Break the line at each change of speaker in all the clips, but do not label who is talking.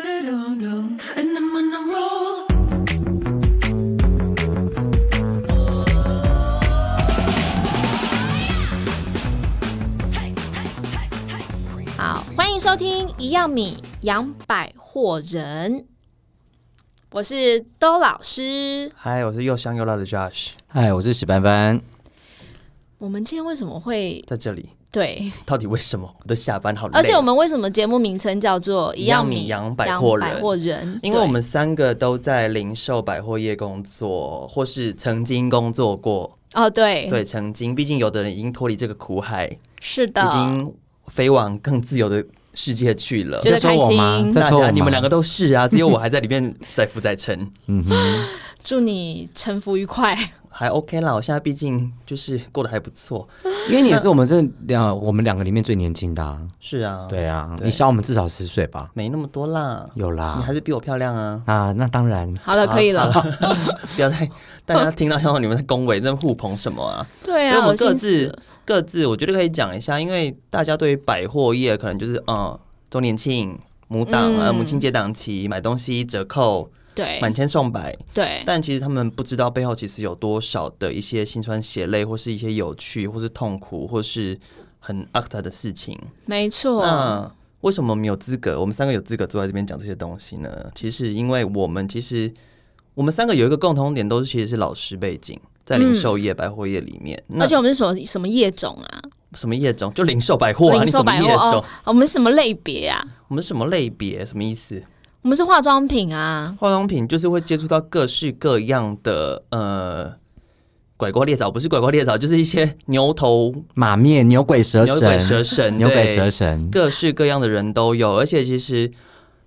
And I'm on a roll. Hey, hey, hey, hey.
好，欢迎收听一样米养百货人，我是兜老师。
嗨，我是又香又辣的 Josh，
嗨，我是史班班。
我们今天为什么会
在这里，
对？
到底为什么我都下班好累？
而且我们为什么节目名称叫做“一样米
一样米养百货人
养百货人”？
因为我们三个都在零售百货业工作，或是曾经工作过，
对哦，对，
对，曾经，毕竟有的人已经脱离这个苦海，已
是的，
经飞往更自由的世界去了
觉。得开
在说我吗
心。
在
大
说我
家，
吗
你们两个都是啊，只有我还 在里面载浮载沉，
祝你沉浮愉 快。
还 OK 啦。我现在毕竟就是过得还不错，
因为你是我们这两我们两个里面最年轻的、啊，
是啊，，
对啊，
对
你小我们至少十岁吧？
没那么多啦，
有
你
啦
还，是比我漂亮啊。
啊，那当然，
好了，可以了。
不要再大家听到像你们在恭维，在互捧什么啊？
对
所以
啊，
我们各
心死
自
了
各自，我觉得可以讲一下，因为大家对于百货业可能就是嗯周年庆、母档、
嗯哎
呃母亲节档期买东西折扣
对
满千送百，
对
但其实他们不知道背后其实有多少的一些辛酸血泪，或是一些有趣，或是痛苦，或是很阿杂的事情。
没错，
那为什么我们有资格？我们三个有资格坐在这边讲这些东西呢？其实因为我们其实我们三个有一个共同点，都是其实是老师背景，在零售业、百货业里面。那
而且我们是什么什么业种啊？
什么业种？就零售百货啊，
零
你
售
什么
百货
业种
哦？，我们是什么类别啊？
我们什么类别？什么意思？
我们是化妆品啊，
化妆品就是会接触到各式各样的呃。拐瓜裂枣不是拐瓜裂枣，就是一些牛头
马面牛鬼蛇
牛鬼
神，
蛇神，
牛鬼
对
蛇 神，
各式各样的人都有，而且其实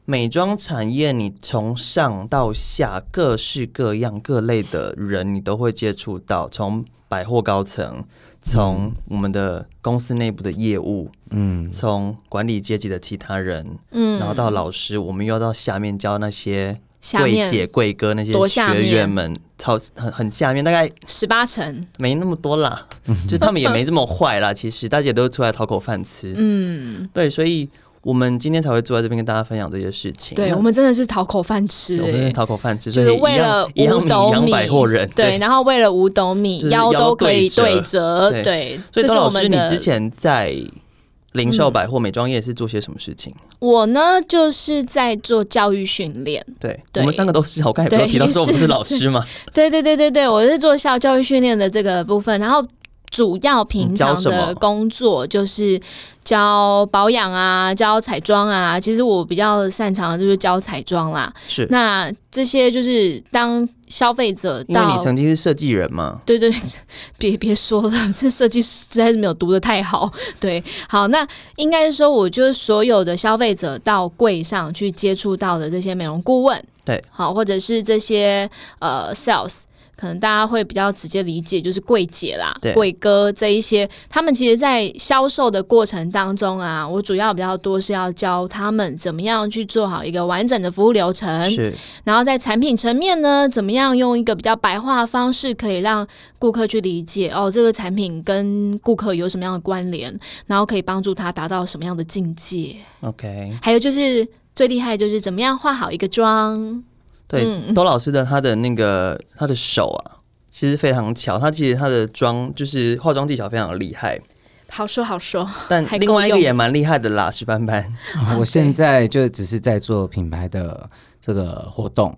美妆产业，你从上到下，各式各样、各类的人，你都会接触到。从百货高层，从我们的公司内部的业务，
嗯，
从管理阶级的其他人，
嗯，
然后到老师，我们又要到下面教那些
下
柜
面
姐、柜哥那些
多下
学
面
员们，超很很下面，大概
十八层，
没那么多啦，就他们也没这么坏啦。其实大家都出来讨口饭吃，
嗯，
对，所以我们今天才会坐在这边跟大家分享这些事情。
对，
那
我们真的是讨口饭吃、
我们是
欸，
讨口饭吃，
就
所
是
以
为了
一样
五
一
斗
样
米
米养百货人。
对，然后为了五斗米
就是
腰
腰
都可以对
对
折，
对
对，
所
这是
以周
我
老
们
师，你之
的。嗯
前在零售百货美妆业是做些什么事情？
我呢，就是在做教育训练，
对，
对
我们三个都是，我刚才不是
对
提到说我们
是
是老 师嘛，
对对对对对，我是做校教育训练的这个部分，然后。主要平常
你教什
的
么
工作就是教保养啊，教彩妆啊。其实我比较擅长的就是教彩妆啦。
是
那这些就是当消费者
因为你
到
曾经是设计人嘛。
对 对，别别说了，这设计师实在是没有读的太好。对，好，那应该是说，我就是所有的消费者到柜上去接触到的这些美容顾问，
对，
好，或者是这些呃 sales。可能大家会比较直接理解，就是柜姐啦
对、
柜哥这一些，他们其实，在销售的过程当中啊，我主要比较多是要教他们怎么样去做好一个完整的服务流程，
是，
然后在产品层面呢，怎么样用一个比较白话的方式，可以让顾客去理解哦，这个产品跟顾客有什么样的关联，然后可以帮助他达到什么样的境界。
OK，
还有就是最厉害的就是怎么样化好一个妆，嗯
对，周老师的他的那个他的手啊，其实非常巧，他其实他的妆就是化妆技巧非常厉害，
好说好说，
但
还够
另外一个
用
也蛮厉害的啦，石斑斑。
我现在就只是在做品牌的这个活动。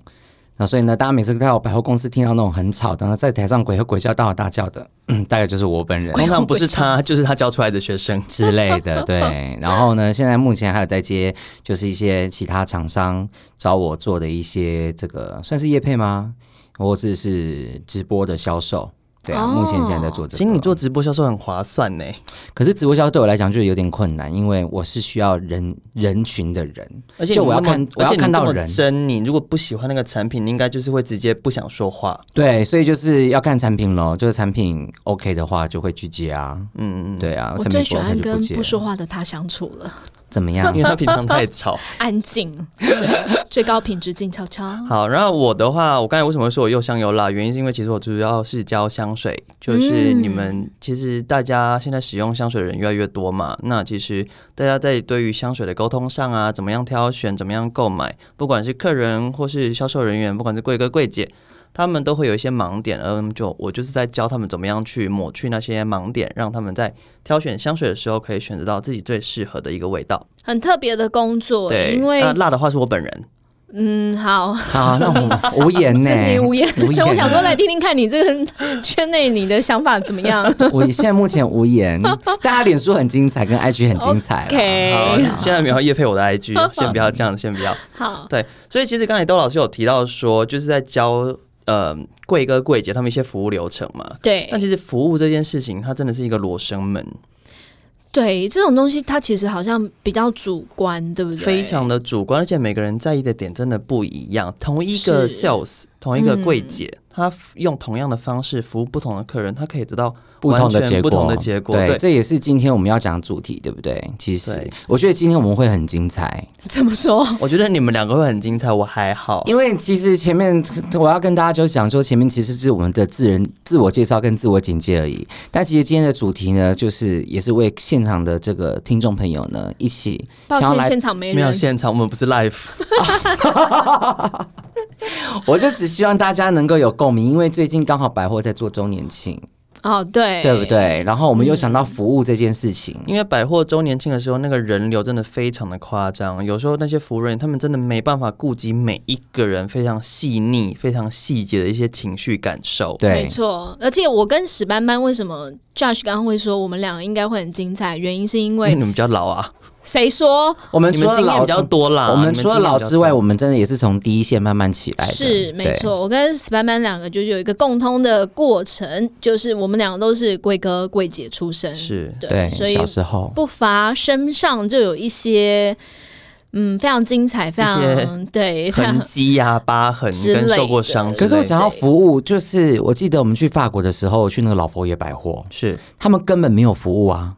那所以呢，大家每次到百货公司听到那种很吵的，然后在台上鬼吼鬼叫、大吼大叫的，嗯大概就是我本人
通常不是他，就是他教出来的学生。
之 类的。对，然后呢，现在目前还有在接，就是一些其他厂商找我做的一些这个算是业配吗？或者是直播的销售？对啊，
哦
目前现在在做这个。
其实你做，直播销售很划算呢，
可是直播销售对我来讲就是有点困难，因为我是需要人人群的人，
而且
就我要
你那么
看我
而
要
且你
看到
这么
人
真，你如果不喜欢那个产品，你应该就是会直接不想说 话。
对，所以就是要看产品咯，就是产品 OK 的话就会去接啊。
嗯，
对啊，
我
产
最
品
喜
不 OK
欢
就
跟
不接。啊
不说话的他相处了。
怎么样？
因为他平常太吵。
安静，对最高品质静悄悄。
好，然后我的话，我刚才为什么说我又香又辣？原因是因为其实我主要是教香水，就是
嗯
你们、其实大家现在使用香水的人越来越多嘛，那其实大家在对于香水的沟通上啊，怎么样挑选，怎么样购买，不管是客人或是销售人员，不管是贵哥贵姐。他们都会有一些盲点，嗯，就我就是在教他们怎么样去抹去那些盲点，让他们在挑选香水的时候可以选择到自己最适合的一个味道。
很特别的工作，
对，
因为
呃
那辣的话是我本人，
嗯，好，
好， 啊那我无言 呢、
是你无言。
无言啊
我想说来听听看你这个圈内你的想法怎么样
我现在目前 无言，大家脸书很精彩，跟 IG 很精彩啦。
好，
？OK，
现在没有叶配我 的 IG，先不要这样，先不要。
好，
对，所以其实刚才窦老师有提到说，就是在教呃贵哥贵姐他们一些服务流程嘛。
对
但其实服务这件事情，它真的是一个罗生门，
对，这种东西它其实好像比较主观，对不对？
非常的主观，而且每个人在意的点真的不一样。同一个
是嗯
sales，同一个柜姐，她用同样的方式服务不同的客人，她可以得到
不同的
完
结
全不
果，
同的结果。
对，
对，
这也是今天我们要讲的主题，对不对？其实
对
我觉得今天我们会很精彩，
怎么说？
我觉得你们两个会很精彩，我还好。
因为其实前面我要跟大家就讲说，前面其实是我们的自人自我介绍跟自我简介而已。但其实今天的主题呢，就是也是为现场的这个听众朋友呢一起
抱
想要
歉，
来
现场没
没有
人。
现场，我们不是 live。
我就只希望大家能够有共鸣，因为最近刚好百货在做周年庆，
哦，对，嗯
对不？对？然后我们又想到服务这件事情，
因为百货周年庆的时候，那个人流真的非常的夸张，有时候那些服务人员他们真的没办法顾及每一个人非常细腻、非常细节的一些情绪感受。
对
没，错，而且我跟史斑斑为什么 Josh 刚刚会说我们两个应该会很精彩，原因是因
因为
为
你们比较老啊，
谁说
我们
你
除
们
了
经验
老
比较多啦。
我们
你
除了
经验
老
比较
之外，
多
我们真的也是从第一线慢慢起来的，
是没
哎对。
错，我跟史班班两个就是有一个共通的过程，就是我们两个都是贵哥贵姐出身，
是
对，
对，
所以
小时候
不乏身上就有一些嗯非常精彩，非常对，非
痕
常
迹呀、疤痕
之
跟
类
受过
的
伤之
可
类的。
是我想要服务，就是我记得我们去法国的时候，去那个老佛爷百货，
是
他们根本没有服务 啊。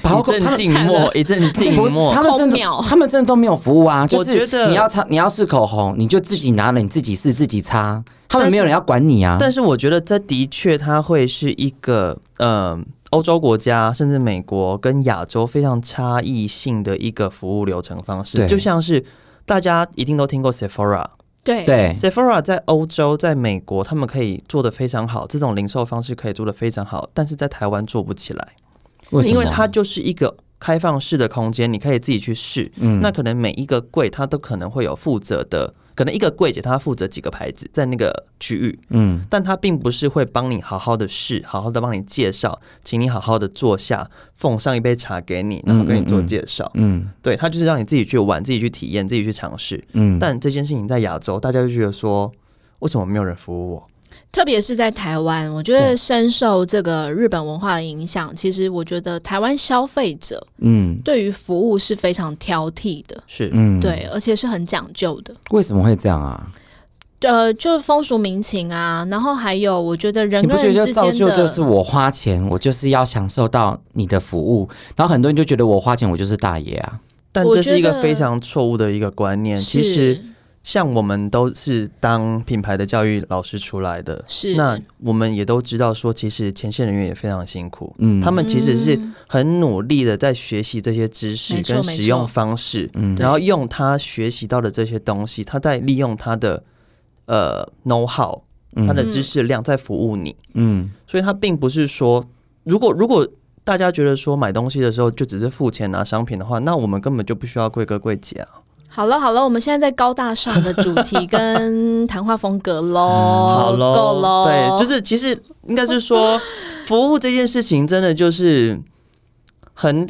百货
一
公他
阵静
们
默，一阵静
不是
默
他。们真
空
的
秒，
他们真的都没有服务啊。就
我
是
觉得
你要擦，你要试口红，你就自己拿了，你自己试，自己擦，他们没有人要管你啊。
但是我觉得这的确它会是一个呃欧洲国家甚至美国跟亚洲非常差异性的一个服务流程方式，
对
就像是。大家一定都听过 Sephora，Sephora
对
对，
在欧洲、在美国，他们可以做的非常好，这种零售方式可以做的非常好，但是在台湾做不起来，
为
因为
什么
它就是一个开放式的空间，你可以自己去试。
嗯
那可能每一个柜它都可能会有负责的，可能一个柜姐她负责几个牌子在那个区域，
嗯，
但他并不是会帮你好好的试，好好的帮你介绍，请你好好的坐下，奉上一杯茶给你，然后跟你做介绍。
嗯
对他就是让你自己去玩，自己去体验，自己去尝试。
嗯，
但这件事情在亚洲，大家就觉得说，为什么没有人服务我？
特别是在台湾，我觉
对
得深受这个日本文化的影响。其实我觉得台湾消费者
嗯
对于服务是非常挑剔的，
是，
嗯，，
对，而且是很讲究的。
为什么会这样啊？
呃，就是风俗民情啊，然后还有我觉得人
你不
跟
觉
人
得
之
造
间
就
的，
就是我花钱，我就是要享受到你的服务，然后很多人就觉得我花钱我就是大爷啊，
但
我
这是一
觉
个
得
非常错误的一个观念。其实像我们都是当品牌的教育老师出来的，
是
那我们也都知道说，其实前线人员也非常辛苦，
嗯，
他们其实是
嗯
很努力的在学习这些知识
没错
跟
没
使用
错
方式，
嗯
然后用他学习到的这些东西，他在利用他的呃 know how，他的知识量在服务你，
嗯
所以他并不是说，如果如果大家觉得说买东西的时候就只是付钱拿商品的话，那我们根本就不需要贵哥贵姐啊。
好了好了，我们现在在高大上的主题跟谈话风格喽，
嗯好喽，
够喽，
对，就是其实应该 是说，服务这件事情真的就是很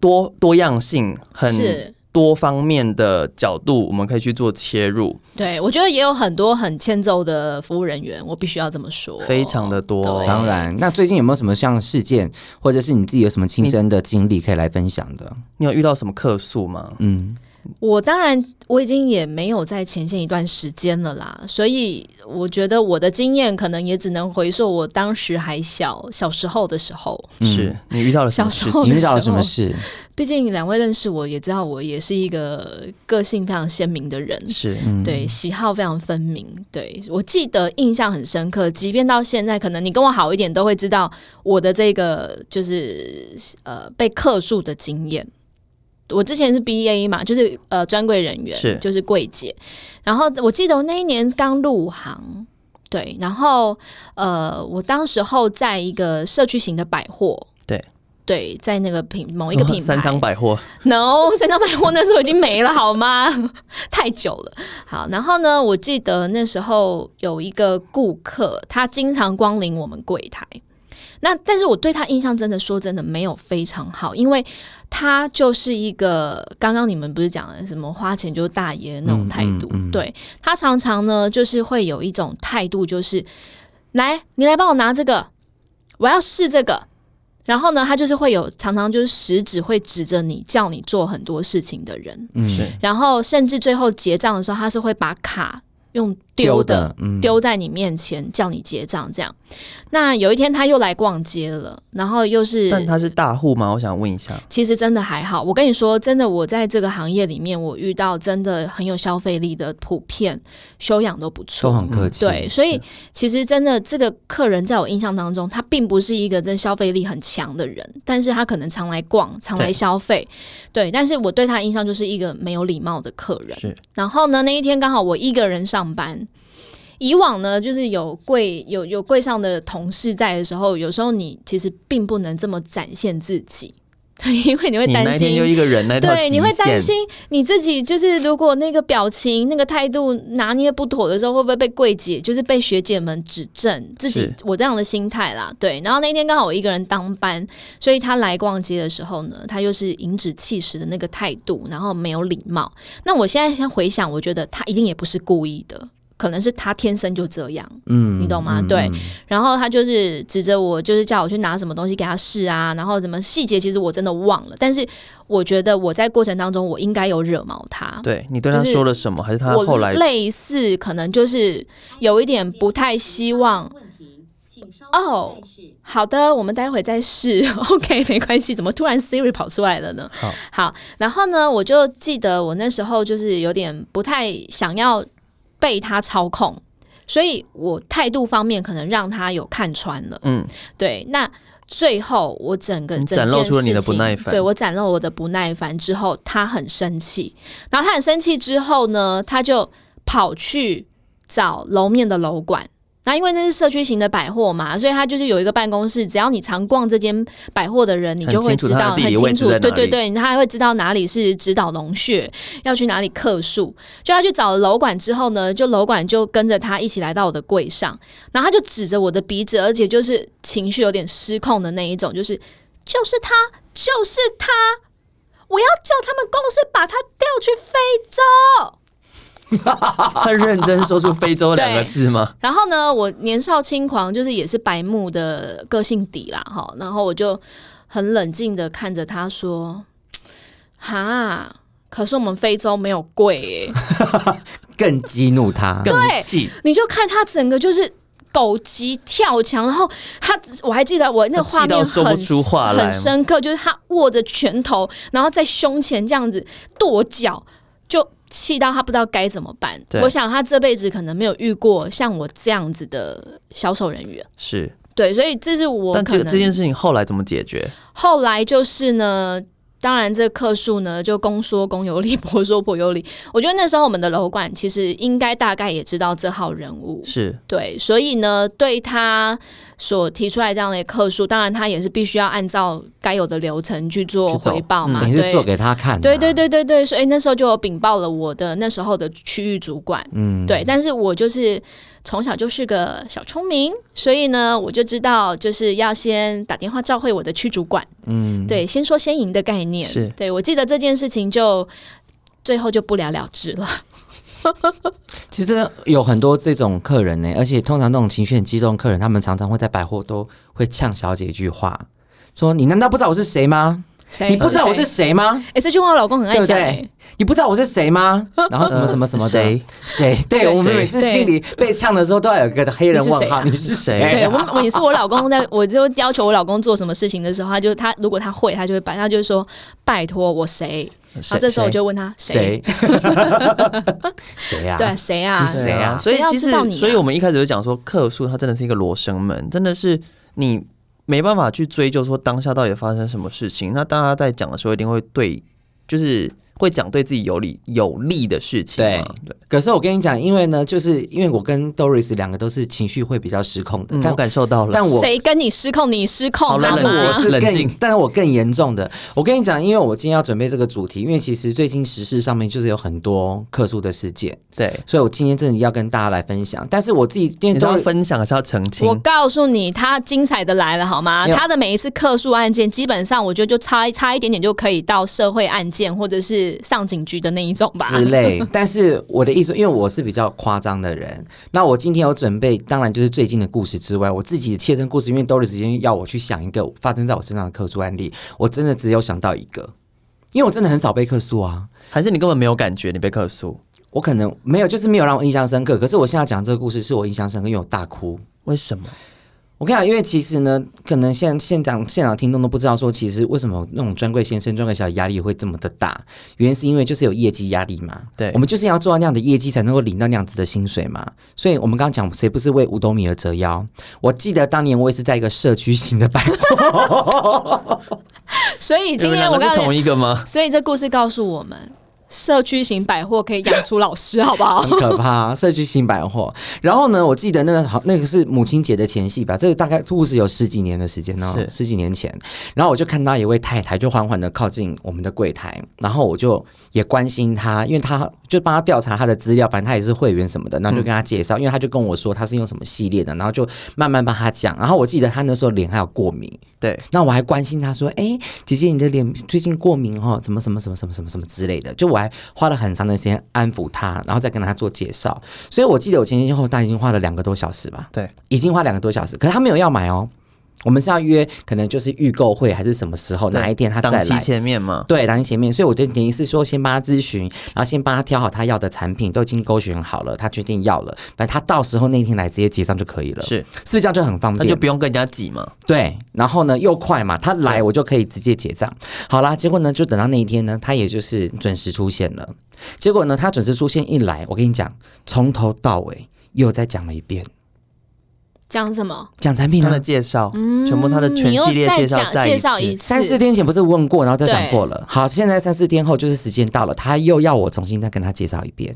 多多样性，很
是。
多方面的角度，我们可以去做切入，
对，我觉得也有很多很欠揍的服务人员，我必须要这么说，
非常的多。
哦对
当然，那最近有没有什么像事件，或者是你自己有什么亲身的经历可以来分享的？
你有遇到什么客诉吗？
嗯，
我当然我已经也没有在前线一段时间了啦，所以我觉得我的经验可能也只能回溯我当时还小小时候的时候。
是你遇到了什么
小时
事
候
情？
你遇到了什么事？
毕竟两位认识我，也知道我也是一个个性非常鲜明的人，
是
对，喜好非常分明。对我记得印象很深刻，即便到现在，可能你跟我好一点，都会知道我的这个就是呃被客诉的经验。我之前是 B A 嘛，就是呃专柜人员，
是
就是柜姐。然后我记得我那一年刚入行，对，然后呃，我当时候在一个社区型的百货，
对
对，在那个品某一个品牌，
三仓百货
no，三张百货那时候已经没了，好吗？ 太久了。好，然后呢，我记得那时候有一个顾客，他经常光临我们柜台。那但是我对他印象真的说真的没有非常好，因为他就是一个刚刚你们不是讲了什么花钱就是大爷那种态度，
嗯嗯嗯
对他常常呢就是会有一种态度，就是来你来帮我拿这个，我要试这个，然后呢，他就是会有常常就是食指会指着你，叫你做很多事情的人。
嗯
是
然后甚至最后结账的时候，他是会把卡用丢
丢
的
的，嗯，
丢在你面前，叫你结账这样。那有一天他又来逛街了，然后又是
但他是大户吗？我想问一下。
其实真的还好。我跟你说，真的，我在这个行业里面，我遇到真的很有消费力的，普遍修养都不
都
错。
很客气，
嗯对，，所以其实真的，这个客人在我印象当中，他并不是一个真消费力很强的人，但是他可能常来逛，常来
对
消费，对。但是我对他的印象就是一个没有礼貌的客人。
是
然后呢，那一天刚好我一个人上班。以往呢，就是有柜有有柜上的同事在的时候，有时候你其实并不能这么展现自己，对，因为你会
你
担
那天就
心。
一个人来到
对，你会
极限
担心你自己，就是如果那个表情、那个态度拿捏不妥的时候，会不会被柜姐，就是被学姐们指正自己
是
我这样的心态啦？对。然后那天刚好我一个人当班，所以他来逛街的时候呢，他又是颐指气使的那个态度，然后没有礼貌。那我现在先回想，我觉得他一定也不是故意的，可能是他天生就这样。
嗯
你懂吗
嗯
对
嗯
然后他就是指着我，就是叫我去拿什么东西给他试啊，然后什么细节其实我真的忘了，但是我觉得我在过程当中我应该有惹毛他。
对你对他
就是
说了什么，还是他
我
后来
类似可能就是有一点不太希望。哦好的，我们待会再试。OK，没 关系。怎么突然 Siri 跑出来了呢？
好
然后呢，我就记得我那时候就是有点不太想要被他操控，所以我态度方面可能让他有看穿了。
嗯
对，那最后我整个
你
整
展露
件
出了你的
事情
不耐烦
对我展露我的不耐烦之后，他很生气，然后他很生气之后呢，他就跑去找楼面的楼管。那因为那是社区型的百货嘛，所以他就是有一个办公室，只要你常逛这间百货的人，你就会知道
很清楚它的地理
很
位
清
置
楚，
在哪
对
里
对对，他还会知道哪里是指导龙穴，要去哪里客诉。就他去找楼管之后呢，就楼管就跟着他一起来到我的柜上，然后他就指着我的鼻子，而且就是情绪有点失控的那一种，就是就是他，就是他，我要叫他们公司把他调去非洲。
他认真说出“ 非洲”两个字吗？
然后呢，我年少轻狂，就是也是白目的个性底啦，哈。然后我就很冷静的看着他说：“哈，可是我们非洲没有贵、欸。
更激怒他，
更气，”
你就看他整个就是。狗急跳墙，然后他，我还记得我那个画
他气到
面
说不
很
出话来
很深刻，就是他握着拳头，然后在胸前这样子跺脚，就气到他不知道该怎么办。
对
我想他这辈子可能没有遇过像我这样子的销售人员。
是。
对，所以这是我
但
可
这个
能
这件事情后来怎么解决？
后来就是呢，当然这客数呢就公说公有理，婆说婆有理。 我觉得那时候我们的楼管其实应该大概也知道这号人物，
是
对，所以呢，对他所提出来这样的客数，当然他也是必须要按照该有的流程去做
去嗯走
回报嘛，
等于是
对
做给他看、啊，
对对，对对对，所以那时候就有禀报了我的那时候的区域主管，嗯，对，但是我就是从小就是个小聪明，所以呢，我就知道就是要先打电话召会我的区主管，嗯，对，先说先赢的概念，
是
对我记得这件事情就最后就不了了之了，
其实有很多这种客人呢、而且通常那种情绪很激动的客人，他们常常会在百货都会呛小姐一句话，说：“你难道不知道我是谁吗？
谁
你不知道我是
谁
谁吗？
哎、这句哎话我老公很爱
对不
讲、
对
欸，？
你不知道我是谁吗？然后什么什么什么的
谁
谁？对我们
谁
每次
对
心里被呛的时候，都要有个黑人问号，
你
你是
谁啊
谁
对
啊？
我，我也是我老公在，我就要求我老公做什么事情的时候，他就他如果他会，他就会摆，他就会说拜托我谁。然后
谁
这时候我就问他
谁？ 谁呀？
对，谁啊？
你谁
对
啊
所以
谁要
其
知
实
道你啊，
所以我们一开始就讲说，客诉它真的是一个罗生门，真的是你没办法去追究说当下到底发生什么事情。那大家在讲的时候，一定会对，就是会讲对自己有利有利的事情嘛。对，
可是我跟你讲，因为呢，就是因为我跟 Doris 两个都是情绪会比较失控的，
嗯
但
我感受到了。
但我
谁跟你失控，你失控，
好了
大
但
冷
是
妈
静
我是
冷
更
静，
但是我更严重的。我跟你讲，因为我今天要准备这个主题，因为其实最近时事上面就是有很多客诉的事件，
对，
所以我今天真的要跟大家来分享。但是我自己因
你
为
是要
Doris
分享还是要澄
我
清？
告诉你，他精彩的来了好吗？
没有
他的每一次客诉案件，基本上我觉得就差一差一点点就可以到社会案件或者是上警局的那一种吧。
之类。但是我的意思，因为我是比较夸张的人，那我今天有准备，当然就是最近的故事之外，我自己的切身故事，因为 Doris 今天要我去想一个发生在我身上的客诉案例，我真的只有想到一个，因为我真的很少被客诉啊。
还是你根本没有感觉你被客诉？
我可能没有，就是没有让我印象深刻。可是我现在讲这个故事，是我印象深刻，因为我大哭。
为什么？
我跟你讲，因为其实呢，可能现现场现场听众都不知道说，其实为什么那种专柜先生、专柜小姐压力会这么的大，原因是因为就是有业绩压力嘛。
对
我们就是要做到那样的业绩，才能够领到那样子的薪水嘛。所以我们刚刚讲，谁不是为五斗米而折腰？我记得当年我也是在一个社区型的 百 货，
所以
你
今
们
天
两
我
个
告
是
诉
同
你，
一个吗？
所以这故事告诉我们，社区型百货可以养出老师，好不 好
很？可怕，啊 社区型百货。然后呢，我记得那个好，那个是母亲节的前夕吧，这个大概故事有十几年的时间哦，
是
十几年前。然后我就看到一位太太，就缓缓的靠近我们的柜台，然后我就也关心她，因为她就帮她调查她的资料，反正她也是会员什么的，然后就跟她介绍，因为她就跟我说她是用什么系列的，然后就慢慢帮她讲。然后我记得她那时候脸还有过敏，
对，
那我还关心她说，哎，姐姐你的脸最近过敏哦，什么什么什么什么什么什么之类的，就我还花了很长的时间安抚她，然后再跟她做介绍。所以我记得我前前后后大概已经花了两个多小时吧，
对，
已经花两个多小时，可是她没有要买哦。我们是要约，可能就是预购会还是什么时候哪一天她再
档期
来。
前面嘛？
对，挡前面，所以我就等于是说，先帮他咨询，然后先帮他挑好他要的产品，都已经勾选好了，他决定要了，反正他到时候那天来直接结账就可以了，
是，
是不是这样就很方
那就
便？
不用跟人家挤嘛。
对，然后呢又快嘛，他来我就可以直接结账。好啦，结果呢就等到那一天呢，他也就是准时出现了。结果呢他准时出现一来，我跟你讲，从头到尾又再讲了一遍，
讲什么？
讲啊产品
他
呢
的介绍，全部他的全
嗯你又
系列
再
介绍
讲
再
介绍
一
一
次。
次，
三四天前不是问过，然后再讲
对
过了。好，现在三四天后就是时间到了，他又要我重新再跟他介绍一遍。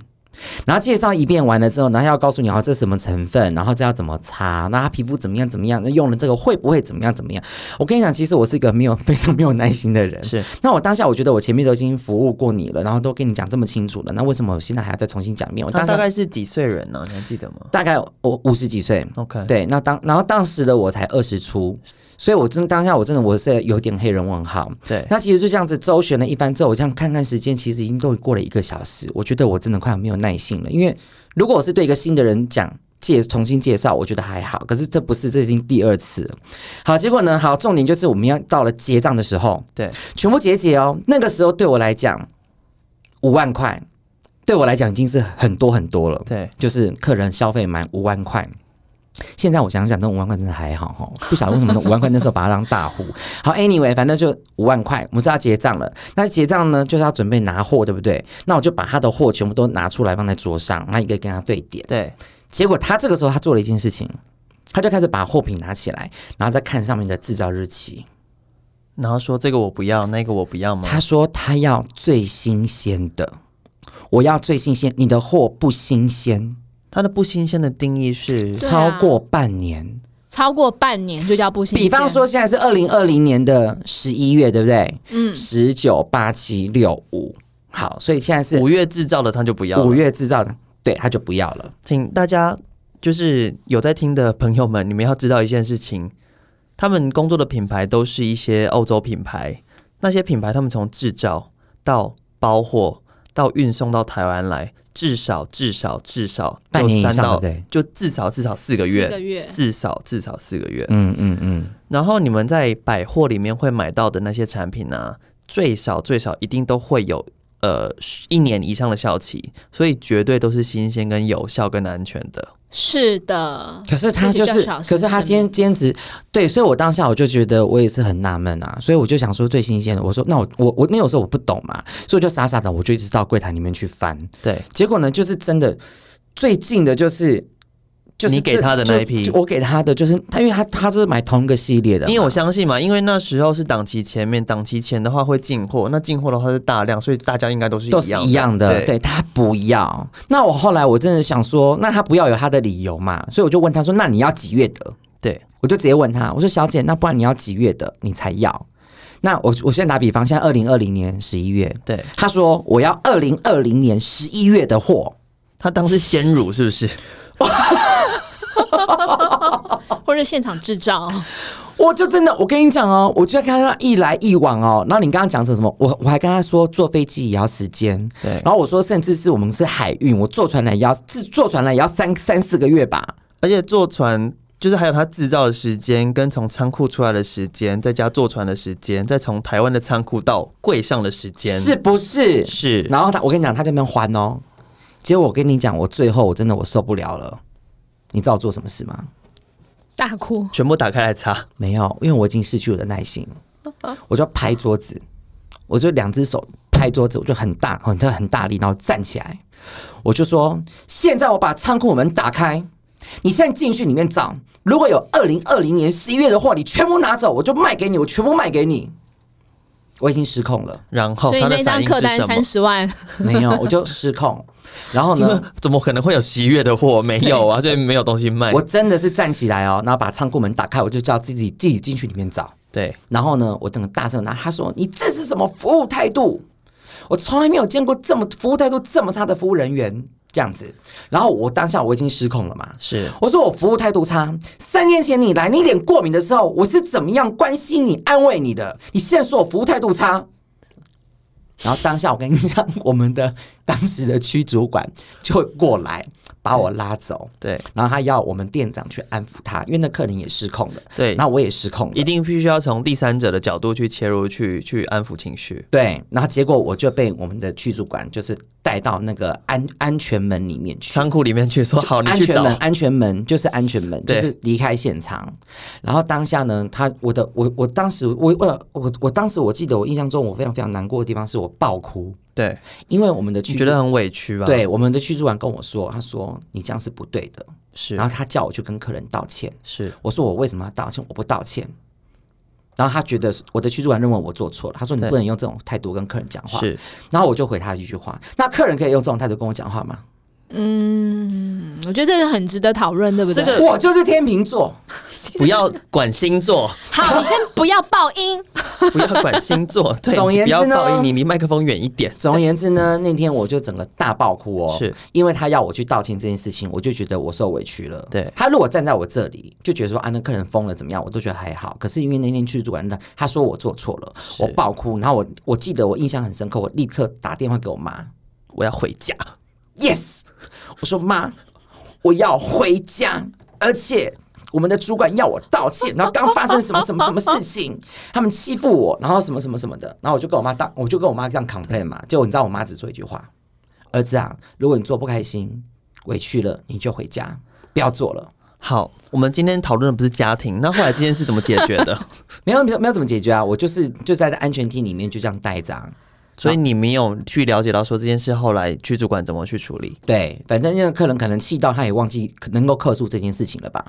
然后介绍一遍完了之后，然后要告诉你，哦，这是什么成分，然后这要怎么擦，那他皮肤怎么样怎么样，那用了这个会不会怎么样怎么样？我跟你讲，其实我是一个没有 非常没有耐心的人。
是，
那我当下我觉得我前面都已经服务过你了，然后都跟你讲这么清楚了，那为什么我现在还要再重新讲一遍？我
他
当
大
下
概是几岁人呢？你还记得吗
大概我五十几岁，
？OK，，
对，那当然后当时的我才二十出，所以我真当下我真的我是有点黑人问号。
对
那其实就这样子周旋了一番之后，我这样看看时间，其实已经都过了一个小时，我觉得我真的快要没有耐性了。因为如果我是对一个新的人讲介重新介绍，我觉得还好，可是这不是，这已经第二次了。好，结果呢，好，重点就是我们要到了结账的时候，
对，
全部结结哦。那个时候对我来讲，五万块对我来讲已经是很多很多了。
对，
就是客人消费满五万块。现在我想想，那五万块真的还好哈，不晓得为什么那五万块那时候把它当大户。好，anyway，反正就五万块，我们是要结账了。那结账呢，就是要准备拿货，对不对？那我就把他的货全部都拿出来放在桌上，那一个跟他对点。
对，
结果他这个时候他做了一件事情，他就开始把货品拿起来，然后再看上面的制造日期。
然后说这个我不要，那个我不要吗？
他说他要最新鲜的，我要最新鲜，你的货不新鲜，
他的不新鲜的定义是，
对
超
啊
过半年。
超过半年就叫不新鲜。
比方说，现在是二零二零年的十一月，对不对？嗯，十九八七六五，好，所以现在是
五月制造的他就不要了。
五，月制造的，对，他就不要了。
请大家就是有在听的朋友们，你们要知道一件事情，他们工作的品牌都是一些欧洲品牌，那些品牌他们从制造到包货到运送到台湾来，至少至少至少
半年以
就三
上
到
对不对
就至少至少四个月，
四个月
至少至少四个月。
嗯嗯嗯，
然后你们在百货里面会买到的那些产品呢、最少最少一定都会有呃一年以上的效期，所以绝对都是新鲜、跟有效、跟安全的。
是的，
可是他
这比
就
较
是，
少
可是他
生
今天兼职，对，所以我当下我就觉得我也是很纳闷啊，所以我就想说最新鲜的，我说那我我我那有时候我不懂嘛，所以我就傻傻的我就一直到柜台里面去翻，
对，
结果呢就是真的最近的就是。就是
你给
这
他的
就
那一批
就我给他的就是他，因为他他就是买同一个系列的嘛，
因为我相信嘛，因为那时候是档期前面，档期前的话会进货，那进货的话是大量，所以大家应该都是
都是一样的，对
对，
他不要。那我后来我真的想说，那他不要有他的理由嘛，所以我就问他说：“那你要几月的？”
对，
我就直接问他，我说：“小姐，那不然你要几月的你才要？”那我我现在打比方，现在二零二零年十一月，
对，
他说我要二零二零年十一月的货，
他当时鲜乳是不 是？
或者现场制造，
我就真的，我跟你讲哦，我就看他一来一往哦。然后你刚刚讲成什么？我我还跟他说坐飞机也要时间，
对
然后我说甚至是我们是海运，我坐船来也要自坐船来也要三三四个月吧。
而且坐船就是还有它制造的时间，跟从仓库出来的时间，再加坐船的时间，再从台湾的仓库到柜上的时间，
是不是？
是，
然后他，我跟你讲，他就没有还哦。结果我跟你讲，我最后我真的我受不了了。你知道我做什么事吗？
大哭，
全部打开来擦。
没有，因为我已经失去我的耐心，我就拍桌子，我就两只手拍桌子，我就很大很大很大力，然后站起来，我就说：现在我把仓库门打开，你现在进去里面找，如果有二零二零年十一月的货，你全部拿走，我就卖给你，我全部卖给你。我已经失控了，
然后
所以
哦他的
那
反
张
应
客
是
单
什么
三？十万，嗯
没有，我就失控。然后
因
呢
为？怎么可能会有十一月的货？没有 啊，所以没有东西卖
我。真的是站起来哦，然后把仓库门打开，我就叫自己自己进去里面找。
对，
然后呢，我整个大声拿，他说：“你这是什么服务态度？我从来没有见过这么服务态度这么差的服务人员这样子。”然后我当下我已经失控了嘛，
是
我说我服务态度差。三年前你来，你脸过敏的时候，我是怎么样关心你、安慰你的？你现在说我服务态度差。然后当下我跟你讲，我们的当时的区主管就过来把我拉走，
对
然后他要我们店长去安抚他，因为那客人也失控了，
对
那，我也失控了，
一定必须要从第三者的角度去切入，去去安抚情绪。
对，然后结果我就被我们的剧组管就是带到那个安安全门里面去。
仓库里面去说好，你
安
去
全
找
门，。安全门就是安全门，就
对
是离开现场。然后当下呢，他我的我我当时我我我我当时我记得我印象中我非常非常难过的地方是我爆哭，
对，
因为我们的剧
你
组
觉得很委屈吧？，
对我们的剧组管跟我说，他说你这样是不对的，
是
然后他叫我去跟客人道歉。
是
我说我为什么要道歉？我不道歉。然后他觉得是我的剧组管认为我做错了，他说你
对
不能用这种态度跟客人讲话。
是，
然后我就回他一句话：那客人可以用这种态度跟我讲话吗？
嗯我觉得这个很值得讨论，对不对？
这个
我就是天秤座，
不要管星 座。
好，你先不要爆音，
不要管星 座，对，
总而
你
言
不要
之呢
噪音，你离麦克风远一点。
总而言之呢，那天我就整个大爆哭哦，
是
因为他要我去道歉这件事情，我就觉得我受委屈了。
对
他如果站在我这里，就觉得说啊，那客人疯了怎么样，我都觉得还好。可是因为那天剧组完了，他说我做错了，我爆哭，然后我我记得我印象很深刻，我立刻打电话给我妈
我要回家，
，yes，我说妈，我要回家，而且。我们的主管要我道歉，然后刚发生什么什么什么事情，他们欺负我，然后什么什么什么的，然后我就跟我妈当，我就跟我妈这样 complain 嘛。结果你知道我妈只说一句话：“儿子啊，如果你做不开心、委屈了，你就回家，不要做了。
好，我们今天讨论的不是家庭，那后来这件事怎么解决 的？”
没有没有没有怎么解决啊？我就是就在这安全厅里面就这样待着、啊。
所以你没有去了解到说这件事后来区主管怎么去处理。
对，反正因为客人可能气到他也忘记能够克诉这件事情了吧。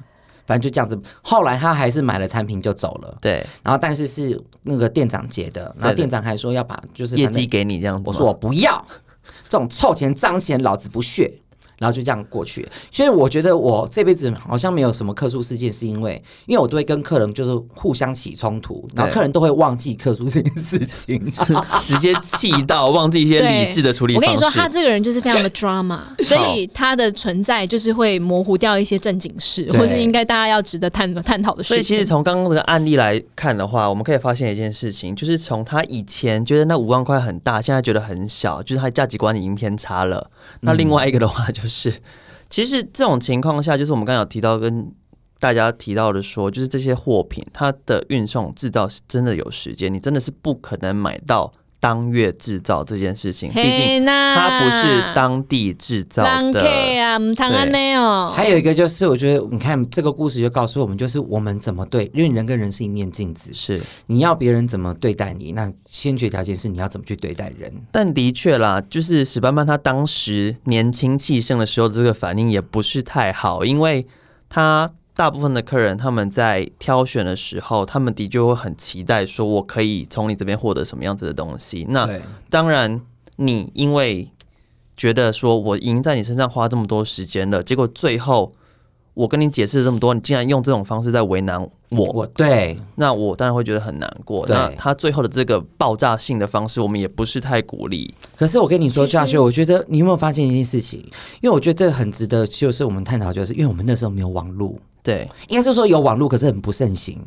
反正就这样子，后来他还是买了产品就走了。
对，
然后但是是那个店长结的，然后
对对
店长还说要把就是
业
反正
绩给你这样子吗。
我说我不要这种臭钱脏钱，老子不屑。然后就这样过去，所以我觉得我这辈子好像没有什么客诉事件，是因为因为我都会跟客人就是互相起冲突，然后
对哦
客人都会忘记客诉这件事 情。
直接气到忘记一些
对，
理智的处理
我
方
跟
式。
你说，他这个人就是非常的 drama，所以他的存在就是会模糊掉一些正经事，
对
或是应该大家要值得探探讨的
所以
事
其
情
实。从刚刚这个案例来看的话，我们可以发现一件事情，就是从他以前觉得那五万块很大，现在觉得很小，就是他的价值观已经偏差了。那另外一个的话就是，其实这种情况下，就是我们刚刚有提到跟大家提到的说，就是这些货品它的运送制造是真的有时间，你真的是不可能买到当月制造这件事情，毕竟
嘿呐，
它不是当地制造
人客
的。
啊，唔通安尼哦。
还有一个就是，我觉得你看这个故事就告诉我们，就是我们怎么对，因为人跟人是一面镜子，
是，
你要别人怎么对待你，那先决条件是你要怎么去对待人。
但的确啦，就是史班班他当时年轻气盛的时候，这个反应也不是太好，因为他大部分的客人他们在挑选的时候，他们的确会很期待说，我可以从你这边获得什么样子的东西。那
对，
当然，你因为觉得说我已经在你身上花这么多时间了，结果最后我跟你解释这么多，你竟然用这种方式在为难我，
我对
那我当然会觉得很难过。
对
那他最后的这个爆炸性的方式，我们也不是太鼓励。
可是我跟你说，
其实
夏雪，我觉得你有没有发现一件事情？因为我觉得这很值得，就是我们探讨，就是因为我们那时候没有网络，
对，
应该是说有网络，可是很不盛行。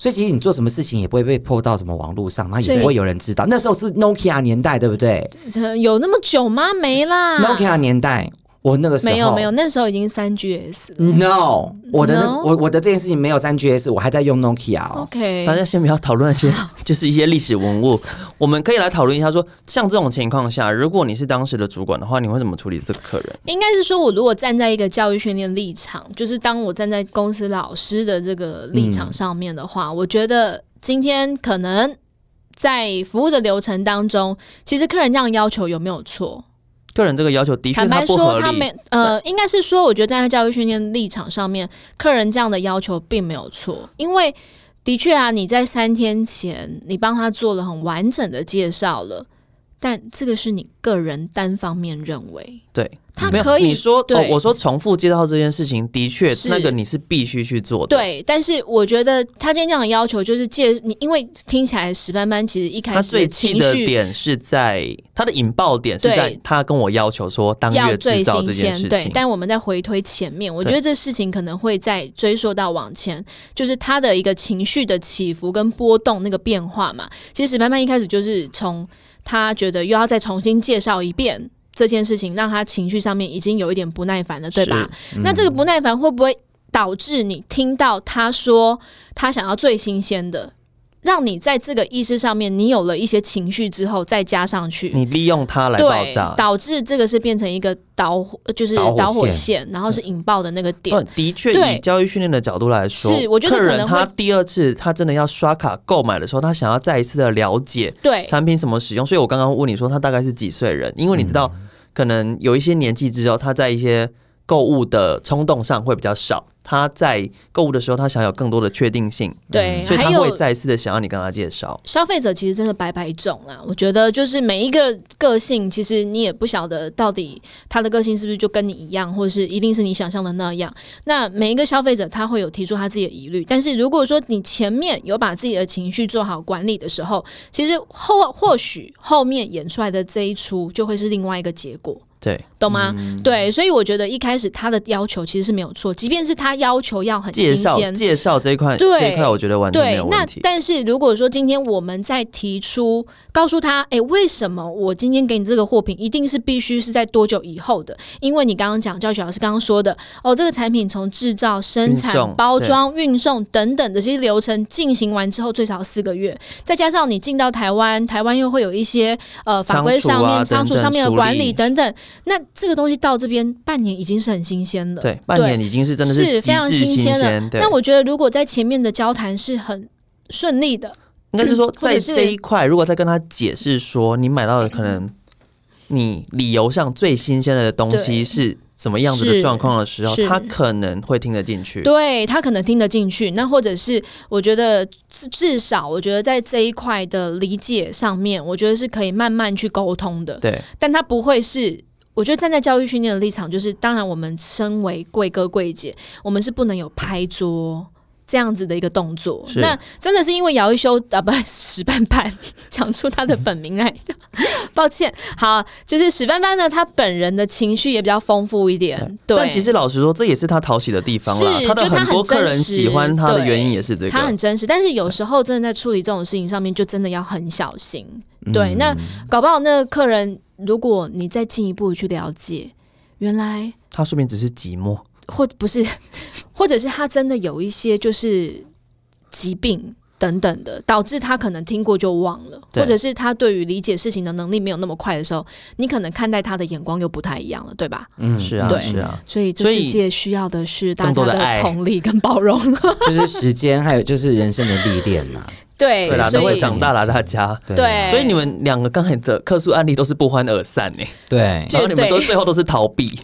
所以其实你做什么事情也不会被泼到什么网络上，那也
对
不会有人知道。那时候是 Nokia 年代，对不对、
这有那么久吗？没啦
n o k i a 年代，我那个时候
啊没有没有，那时候已经三 GS 了。
No，我的那
No？
我我的这件事情没有三 GS，我还在用 Nokia 哦。
OK，
大家先不要讨论一 些就是一些历史文物，我们可以来讨论一下说，像这种情况下，如果你是当时的主管的话，你会怎么处理这个客人？
应该是说，我如果站在一个教育训练立场，就是当我站在公司老师的这个立场上面的话，我觉得今天可能在服务的流程当中，其实客人这样要求有没有错？
客人这个要求嗯的确
坦白
不合
说，
理，
他没呃，应该是说，我觉得站在教育训练立场上面，客人这样的要求并没有错，因为的确啊，你在三天前你帮他做了很完整的介绍了，但这个是你个人单方面认为。
对，
他
没有
可以
你说
对
哦，我说重复介绍这件事情，的确
是
那个你是必须去做的。，
对，但是我觉得他今天这样的要求，就是借你，因为听起来史班班其实一开
他
始的
最气
情
的
绪
点是在他的引爆点是
对
在他跟我要求说当
要
月
最
制造这
新
件
鲜
事，
对
情，。
但我们在回推前面，我觉得这事情可能会再追溯到往前，就是他的一个情绪的起伏跟波动那个变化嘛。其实史班班一开始就是从他觉得又要再重新介绍一遍。这件事情让他情绪上面已经有一点不耐烦了，对吧？那
嗯
这个不耐烦会不会导致你听到他说他想要最新鲜的，让你在这个意识上面，你有了一些情绪之后再加上去？
你利用它来
对，
爆炸。
导致这个是变成一个导火，就是
导火
导火
线
线，然后是引爆的那个点
不。，哦的确，
对
以教育训练的角度来说，
是我觉得
客
可
人
能
他
会
第二次他真的要刷卡购买的时候，他想要再一次的了解
对，
产品怎么使用。所以我刚刚问你说他大概是几岁人，因为你知道，可能有一些年纪之后，他在一些购物的冲动上会比较少。他在购物的时候，他想有更多的确定性，
对，
嗯所以
还
他会
有。
再一次的想要你跟他介绍。
消费者其实真的百百种啦，我觉得就是每一个个性，其实你也不晓得到底他的个性是不是就跟你一样，或者是一定是你想象的那样。那每一个消费者他会有提出他自己的疑虑，但是如果说你前面有把自己的情绪做好管理的时候，其实后或许后面演出来的这一出就会是另外一个结果。
对，
懂吗？
嗯
对，所以我觉得一开始他的要求其实是没有错，即便是他要求要很
介
新
绍
鲜，
介绍这一块，
对
这一块我觉得完全没
对
有。问
那
题。
但是如果说今天我们在提出告诉他，诶，为什么我今天给你这个货品一定是必须是在多久以后的？因为你刚刚讲教学老师刚刚说的，哦，这个产品从制造、生
运送
产、包装、运送等等这些流程进行完之后，最少四个月，再加上你进到台湾，台湾又会有一些呃法规上面、仓
仓储啊
储上面的
等等
管
处理
理等等，那这个东西到这边半年已经是很新鲜了。
对，半年已经是真的
是
极
非常
致
新鲜的
鲜。对，
那我觉得，如果在前面的交谈是很顺利的，
应该是说，
或
在
者是
这一块，如果再跟他解释说，你买到的可能你理由上最新鲜的东西
对
是怎么样子的
是
状况的时候，
是
他可能会听得进去。
对他可能听得进去。那或者是我觉得至至少，我觉得在这一块的理解上面，我觉得是可以慢慢去沟通的。
对，
但他不会是。我觉得站在教育训练的立场，就是当然我们身为贵哥贵姐，我们是不能有拍桌这样子的一个动作。
是
那真的是因为姚一修啊，不史班班 讲出他的本名来， 抱歉。好，就是史班班呢，他本人的情绪也比较丰富一点。对，
但其实老实说，这也是他讨喜的地方啦。
是
他的
就他
很多
很
客人
真实
喜欢他的
对
原因也是这
他很
个。
真实，但是有时候真的在处理这种事情上面，就真的要很小心。
嗯
对，那搞不好那个客人，如果你再进一步去了解，原来
他说明只是寂寞，
或不是， 或者是他真的有一些就是疾病等等的，导致他可能听过就忘了，
对
或者是他对于理解事情的能力没有那么快的时候，你可能看待他的眼光又不太一样了，对吧？
嗯
是啊
对
是啊，
所以这
所以
世界需要的是大
更
家
多的爱
同理跟包容。
就是时间，还有就是人生的历练呐、
对
对啦，
所
都会
以
长大啦，大家。
对
对，
所以你们两个刚才的客诉案例都是不欢而散呢、
对，
这
然后你
对
们都最后都是逃避，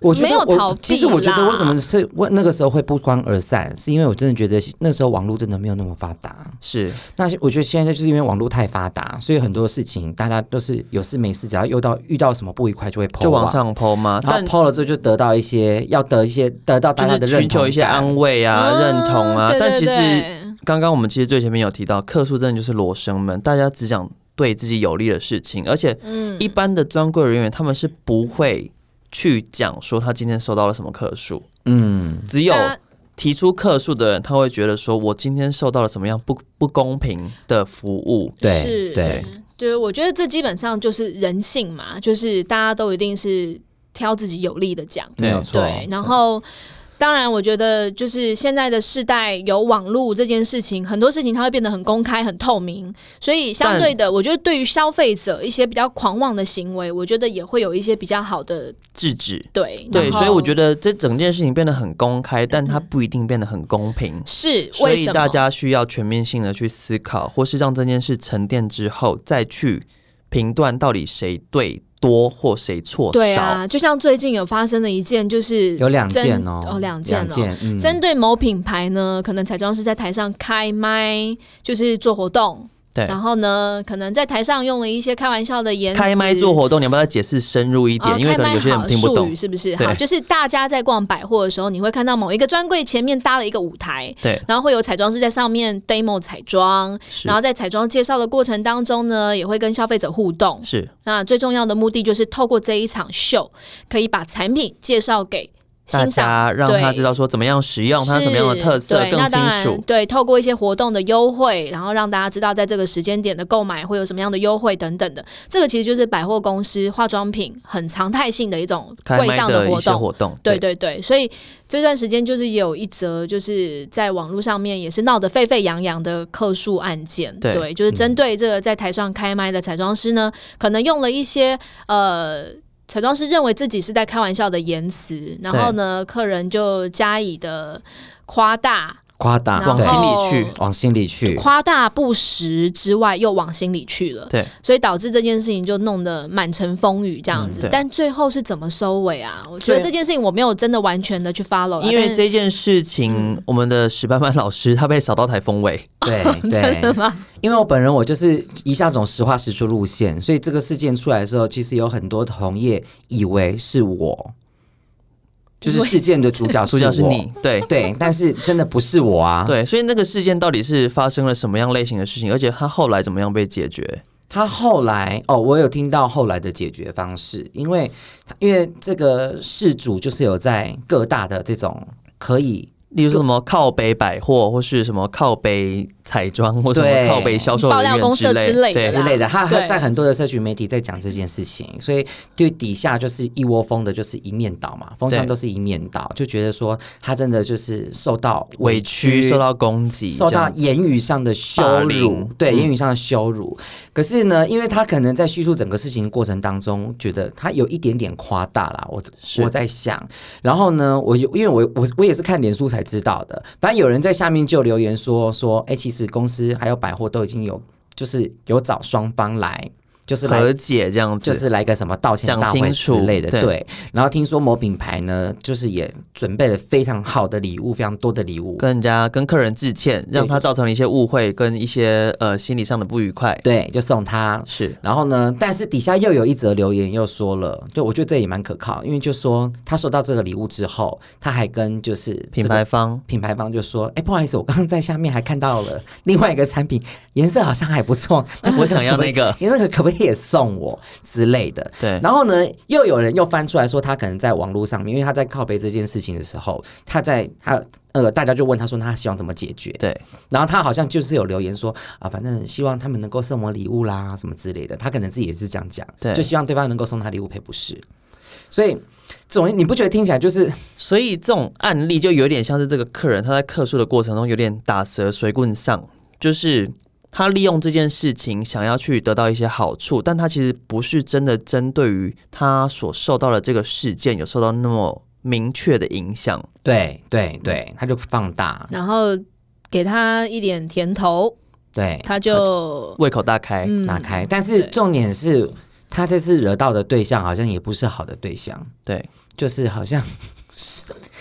我觉
没
得
有
我
逃避
其实我觉得
啦
为什么是我那个时候会不欢而散，是因为我真的觉得那时候网络真的没有那么发达。
是
那我觉得现在就是因为网络太发达，所以很多事情大家都是有事没事，只要遇到遇到什么不愉快就会抛
就往，上抛吗？
然后
但
抛了之后就得到一些要得一些得到大家
就
的
是
认
寻求
同
一些
感
安慰啊、认同啊。
哦对
但
对
其实
对
刚刚我们其实最前面有提到，客诉真的就是罗生门，大家只讲对自己有利的事情，而且
嗯
一般的专柜人员他们是不会去讲说他今天收到了什么客诉，
嗯，
只有
那
提出客诉的人，他会觉得说我今天受到了什么样不不公平的服务。
对
是
对，
就是我觉得这基本上就是人性嘛，就是大家都一定是挑自己有利的讲，
嗯
没有错。
对，然后。当然，我觉得就是现在的世代有网络这件事情，很多事情它会变得很公开、很透明，所以相对的，我觉得对于消费者一些比较狂妄的行为，我觉得也会有一些比较好的
制止。
对。
对，
然后
所以我觉得这整件事情变得很公开，但它不一定变得很公平。
是
所
为
以
什么
大家需要全面性的去思考，或是让这件事沉淀之后，再去评断到底谁对多或谁错
对
少。
啊，就像最近有发生的一件，就是
有两
针
件哦，
哦，两件哦，
嗯，
针对某品牌呢，可能彩妆师在台上开麦，就是做活动，
对
然后呢，可能在台上用了一些开玩笑的言辞，
开麦做活动，你要不要再解释深入一
哦
点？因为可能有些人听不
开麦好术
懂
语。是不是？
对
好，就是大家在逛百货的时候，你会看到某一个专柜前面搭了一个舞台，
对，
然后会有彩妆师在上面 demo 彩妆，
是
然后在彩妆介绍的过程当中呢，也会跟消费者互动。
是
那最重要的目的就是透过这一场秀，可以把产品介绍给欣
大
赏
家让他知道说怎么样使用，它有什么样的
是
特色
对
更
那
清
当然
楚。
对，透过一些活动的优惠，然后让大家知道在这个时间点的购买会有什么样的优惠等等的。这个其实就是百货公司化妆品很常态性的一种
开
柜
麦
上
的
活
一些
动。
活动，
对对对，所以这段时间就是也有一则就是在网络上面也是闹得沸沸扬扬的客诉案件，
对嗯
就是针对这个在台上开麦的彩妆师呢，可能用了一些呃。彩妆师认为自己是在开玩笑的言辞，然后呢，客人就加以的夸大，
夸大，
然后
往心
对
里去
往心里去，
夸大不实之外，又往心里去了，
对，
所以导致这件事情就弄得满城风雨这样
嗯
子。
对
但最后是怎么收尾啊？我觉得
对
这件事情我没有真的完全的去 follow，啦但
因为
是嗯
这件事情，我们的史班班老师他被扫到台风尾，
对对，因为我本人我就是一向走实话实说路线，所以这个事件出来的时候，其实有很多同业以为是我，就是事件的主 角
主角是
我
你，，对
对，但是真的不是我啊。，
对，所以那个事件到底是发生了什么样类型的事情，而且他后来怎么样被解决？
他后来哦，我有听到后来的解决方式，因为因为这个事主就是有在各大的这种可以
例如说什么靠北百货，或是什么靠北彩妆，或什么
对
靠北销售
爆
人
料
员
公社之
类，
类
对
的
之类的，他
对
在很多的社群媒体在讲这件事情，所以对底下就是一窝蜂的，就是一面倒嘛，风向
对
都是一面倒，就觉得说他真的就是受到
委屈、受到攻击、
受
这
到
样
言语上的羞
霸
辱
凌，
对
嗯
言语上的羞辱。可是呢，因为他可能在叙述整个事情的过程当中，觉得他有一点点夸大啦，我
是
我在想。然后呢，我有因为我我我也是看脸书才知道的，反正有人在下面就留言说说，哎、其实公司还有百货都已经有就是有找双方来。就是来
和解这样子，
就是来个什么道歉
讲
大
清
会之
楚
类的，
对
对。然后听说某品牌呢，就是也准备了非常好的礼物，非常多的礼物，
跟人家跟客人致歉，让他
对
造成了一些误会跟一些呃心理上的不愉快。
对，就送他。
是
然后呢，但是底下又有一则留言又说了，对我觉得这也蛮可靠，因为就说他收到这个礼物之后，他还跟就是、
品牌。方
品牌方就说：“哎、不好意思，我刚刚在下面还看到了另外一个产品，颜色好像还 不错，那
我想要那个
你那个可不可以也送我之类的？”
对
然后呢，又有人又翻出来说，他可能在网络上面，因为他在靠背这件事情的时候，他在他呃，大家就问他说，他希望怎么解决？
对
然后他好像就是有留言说啊，反正希望他们能够送我礼物啦，什么之类的。他可能自己也是这样讲，
对
就希望对方能够送他礼物赔不是。所以这种你不觉得听起来就是
所以这种案例就有点像是这个客人他在客诉的过程中有点打蛇随棍上，就是他利用这件事情想要去得到一些好处，但他其实不是真的针对于他所受到的这个事件有受到那么明确的影响。
对对对，他就放大，
然后给他一点甜头，
对，
他就
胃口大开，
嗯
拿开。但是
对
重点是，他这次惹到的对象好像也不是好的对象，
对，
就是好像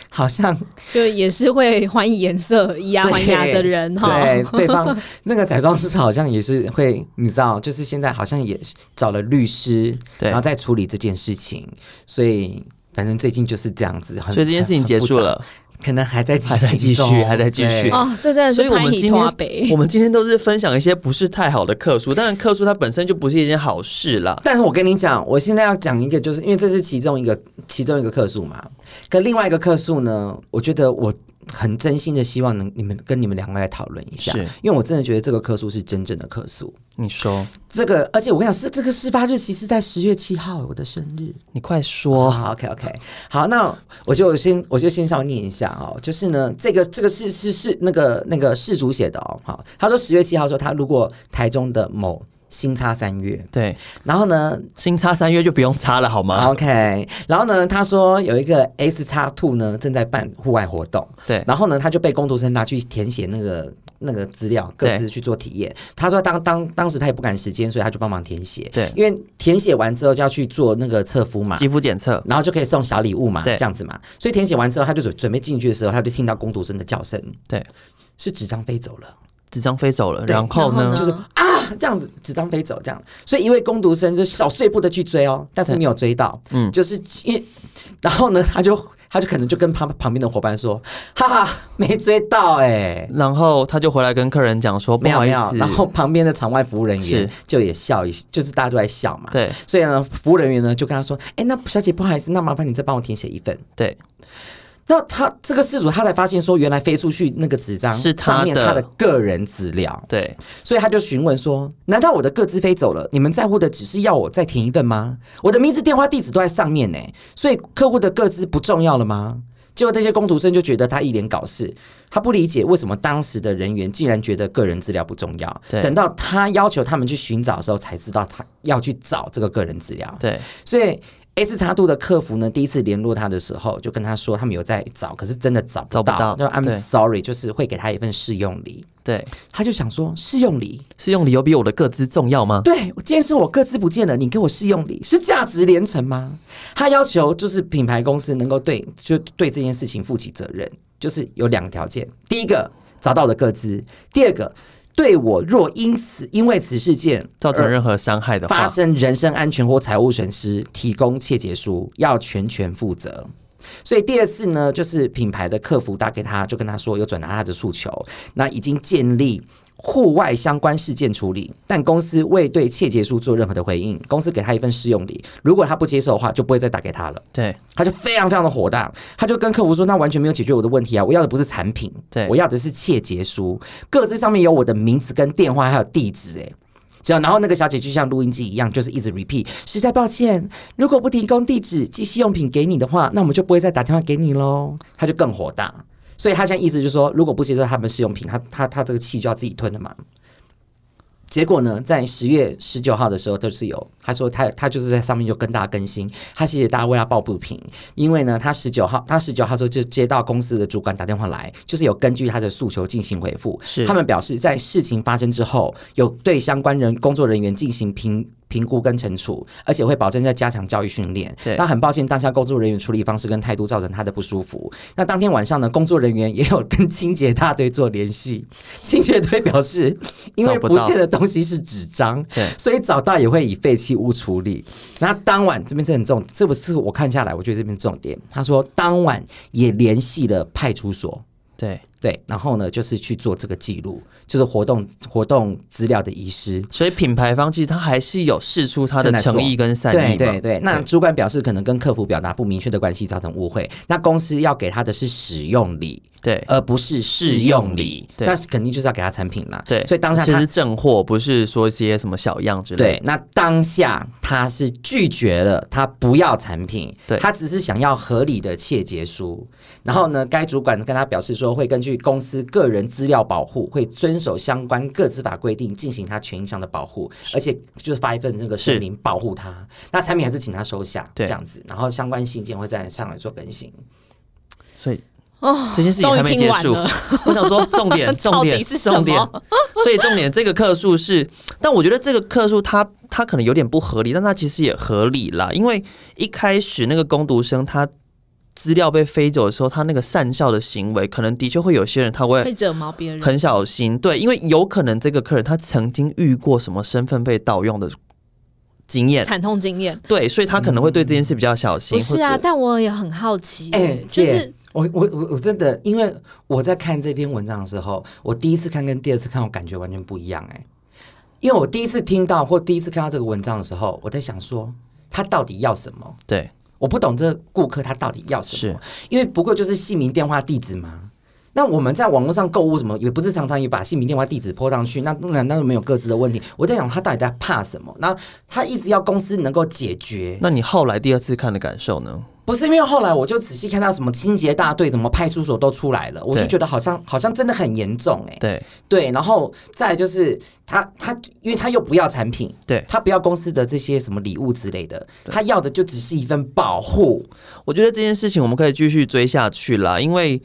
好像
就也是会还以颜色以 牙还牙的人哈。
对，对方那个彩妆师好像也是会，你知道，就是现在好像也是找了律师，
对
然后再处理这件事情，所以反正最近就是这样子。很
所以这件事情结束，了，
很很复杂可能还在继续
还在继续
中
还在继续
对
哦，这真的
所以
是
我
拍
们
你
今
拖
天
北
我们今天都是分享一些不是太好的客诉，当然客诉它本身就不是一件好事啦。
但是我跟你讲，我现在要讲一个，就是因为这是其中一个其中一个客诉嘛，跟另外一个客诉呢，我觉得我很真心的希望能你们跟你们两位来讨论一下
是，
因为我真的觉得这个客诉是真正的客诉。
你说，
这个，而且我跟你讲，是这个事发日期是在十月七号，我的生日。哦
你快说，
好，OK OK，好，那我就先我就先稍微念一下哦，就是呢，这个这个是是是那个那个事主写的哦，好，他说十月七号说他路过台中的某新叉三月，
对，
然后呢
新差三月就不用差了好吗？
，OK，然后呢，他说有一个 S 叉 two 呢正在办户外活动，
对，
然后呢，他就被工读生拉去填写那个那个资料，各
对
自去做体验。他说当当当时他也不赶时间，所以他就帮忙填写。
对
因为填写完之后就要去做那个测肤嘛。
肌肤检测，
然后就可以送小礼物嘛，
对
这样子嘛。所以填写完之后，他就准准备进去的时候，他就听到工读生的叫声，
对，
是纸张飞走了，
纸张飞走了，
对
然后呢？
就是啊，这样子纸张飞走这样。所以一位工读生就小碎步的去追哦，但是没有追到，嗯，就是因为，然后呢，他就他就可能就跟旁旁边的伙伴说，哈哈，没追到哎、
然后他就回来跟客人讲说，不
没有
好
没
意
有，
思，
然后旁边的场外服务人员
是
就也笑一，就是大家都在笑嘛。
对
所以呢，服务人员呢就跟他说：“哎，那小姐不好意思，那麻烦你再帮我填写一份。
对”
那他这个事主他才发现说，原来飞出去那个纸张
是他
上面
的
他的个人资料，
对，
所以他就询问说：“难道我的个资飞走了？你们在乎的只是要我再填一份吗？我的名字、电话、地址都在上面呢、所以客户的个资不重要了吗？”结果这些工读生就觉得他一脸搞事，他不理解为什么当时的人员竟然觉得个人资料不重要，
对
等到他要求他们去寻找的时候，才知道他要去找这个个人资料。
对
所以 S 叉度的客服呢，第一次联络他的时候，就跟他说他们有在找，可是真的找不
找不到
到。那 I'm
对
sorry，就是会给他一份试用礼。
对，
他就想说试用礼，
是用理由比我的个资重要吗？
对，今天是我各自不见了，你给我试用礼是价值连城吗？他要求就是品牌公司能够对就对这件事情负起责任，就是有两个条件：第一个找到我的各自，第二个对我若因此因为此事件
造成任何伤害的
发
话，
生人身安全或财务损失，提供窃结书，要全权负责。所以第二次呢，就是品牌的客服打给他，就跟他说有转达他的诉求，那已经建立户外相关事件处理，但公司未对窃结书做任何的回应，公司给他一份试用礼，如果他不接受的话，就不会再打给他了。
对
他就非常非常的火大，他就跟客服说：“那完全没有解决我的问题啊！我要的不是产品，
对
我要的是窃结书，各自上面有我的名字、跟电话还有地址、欸，哎。”这样，然后那个小姐就像录音机一样，就是一直 repeat。实在抱歉，如果不提供地址、寄信用品给你的话，那我们就不会再打电话给你喽。他就更火大，所以他现在意思就是说，如果不接受他们试用品，他他他这个气就要自己吞了嘛。结果呢，在十月十九号的时候，都是有他说他他就是在上面就跟大家更新，他谢谢大家为他抱不平，因为呢，他十九号他十九号之后就接到公司的主管打电话来，就是有根据他的诉求进行回复，
是
他们表示在事情发生之后，有对相关人工作人员进行评。评估跟惩处，而且会保证在加强教育训练。
对
那很抱歉，当下工作人员处理方式跟态度造成他的不舒服。那当天晚上呢，工作人员也有跟清洁大队做联系。清洁队表示，因为
找不
不
到
见的东西是纸张，
对
所以找到也会以废弃物处理。那当晚这边是很重，这不是我看下来，我觉得这边重点。他说当晚也联系了派出所，
对
对，然后呢，就是去做这个记录，就是活动活动资料的遗失。
所以品牌方其实他还是有试出他的
正在做
诚意跟善
对
意
对
嘛。
对，那主管表示可能跟客服表达不明确的关系造成误会，那公司要给他的是使用礼，
对
而不是试用礼，
对
那肯定就是要给他产品啦。
对，
所以当下
其实
他
是正货，不是说一些什么小样之类
对
的。，
那当下他是拒绝了，他不要产品，
对
他只是想要合理的切结书。然后呢，该主管跟他表示说，会根据公司个人资料保护，会遵守相关各自法规定进行他权益上的保护，而且就是发一份那个声明保护他。那产品还是请他收下，这
对
样子，然后相关信件会在上来做更新。
所以
哦，
这件事情
终于
还没
听
结
完
束
了。
我想说，重 点，重
到底
点，
是什么
重点。所以重点，这个客数是，但我觉得这个客数它它可能有点不合理，但它其实也合理啦，因为一开始那个攻读生他资料被飞走的时候，他那个善笑的行为，可能的确会有些人他会
会惹毛别人。
呃很小心，对，因为有可能这个客人他曾经遇过什么身份被盗用的经验，
惨痛经验
对，所以他可能会对这件事比较小心。
不是啊，
或者
但我也很好奇、
哎、
就
姐，
是
我我我我真的，因为我在看这篇文章的时候，我第一次看跟第二次看，我感觉完全不一样哎、因为我第一次听到或第一次看到这个文章的时候，我在想说他到底要什么？
对，
我不懂这个顾客他到底要什
是
么，因为不过就是姓名、电话、地址嘛。那我们在网络上购物什么，也不是常常也把姓名、电话、地址泼上去，那那难道没有各自的问题？我在想他到底在怕什么？那他一直要公司能够解决，
那你后来第二次看的感受呢？
不是因为后来我就仔细看到什么清洁大队、什么派出所都出来了，我就
对
觉得好像好像真的很严重哎、
对，
对，然后再来就是他他，因为他又不要产品，
对
他不要公司的这些什么礼物之类的，他要的就只是一份保护。
我觉得这件事情我们可以继续追下去啦，因为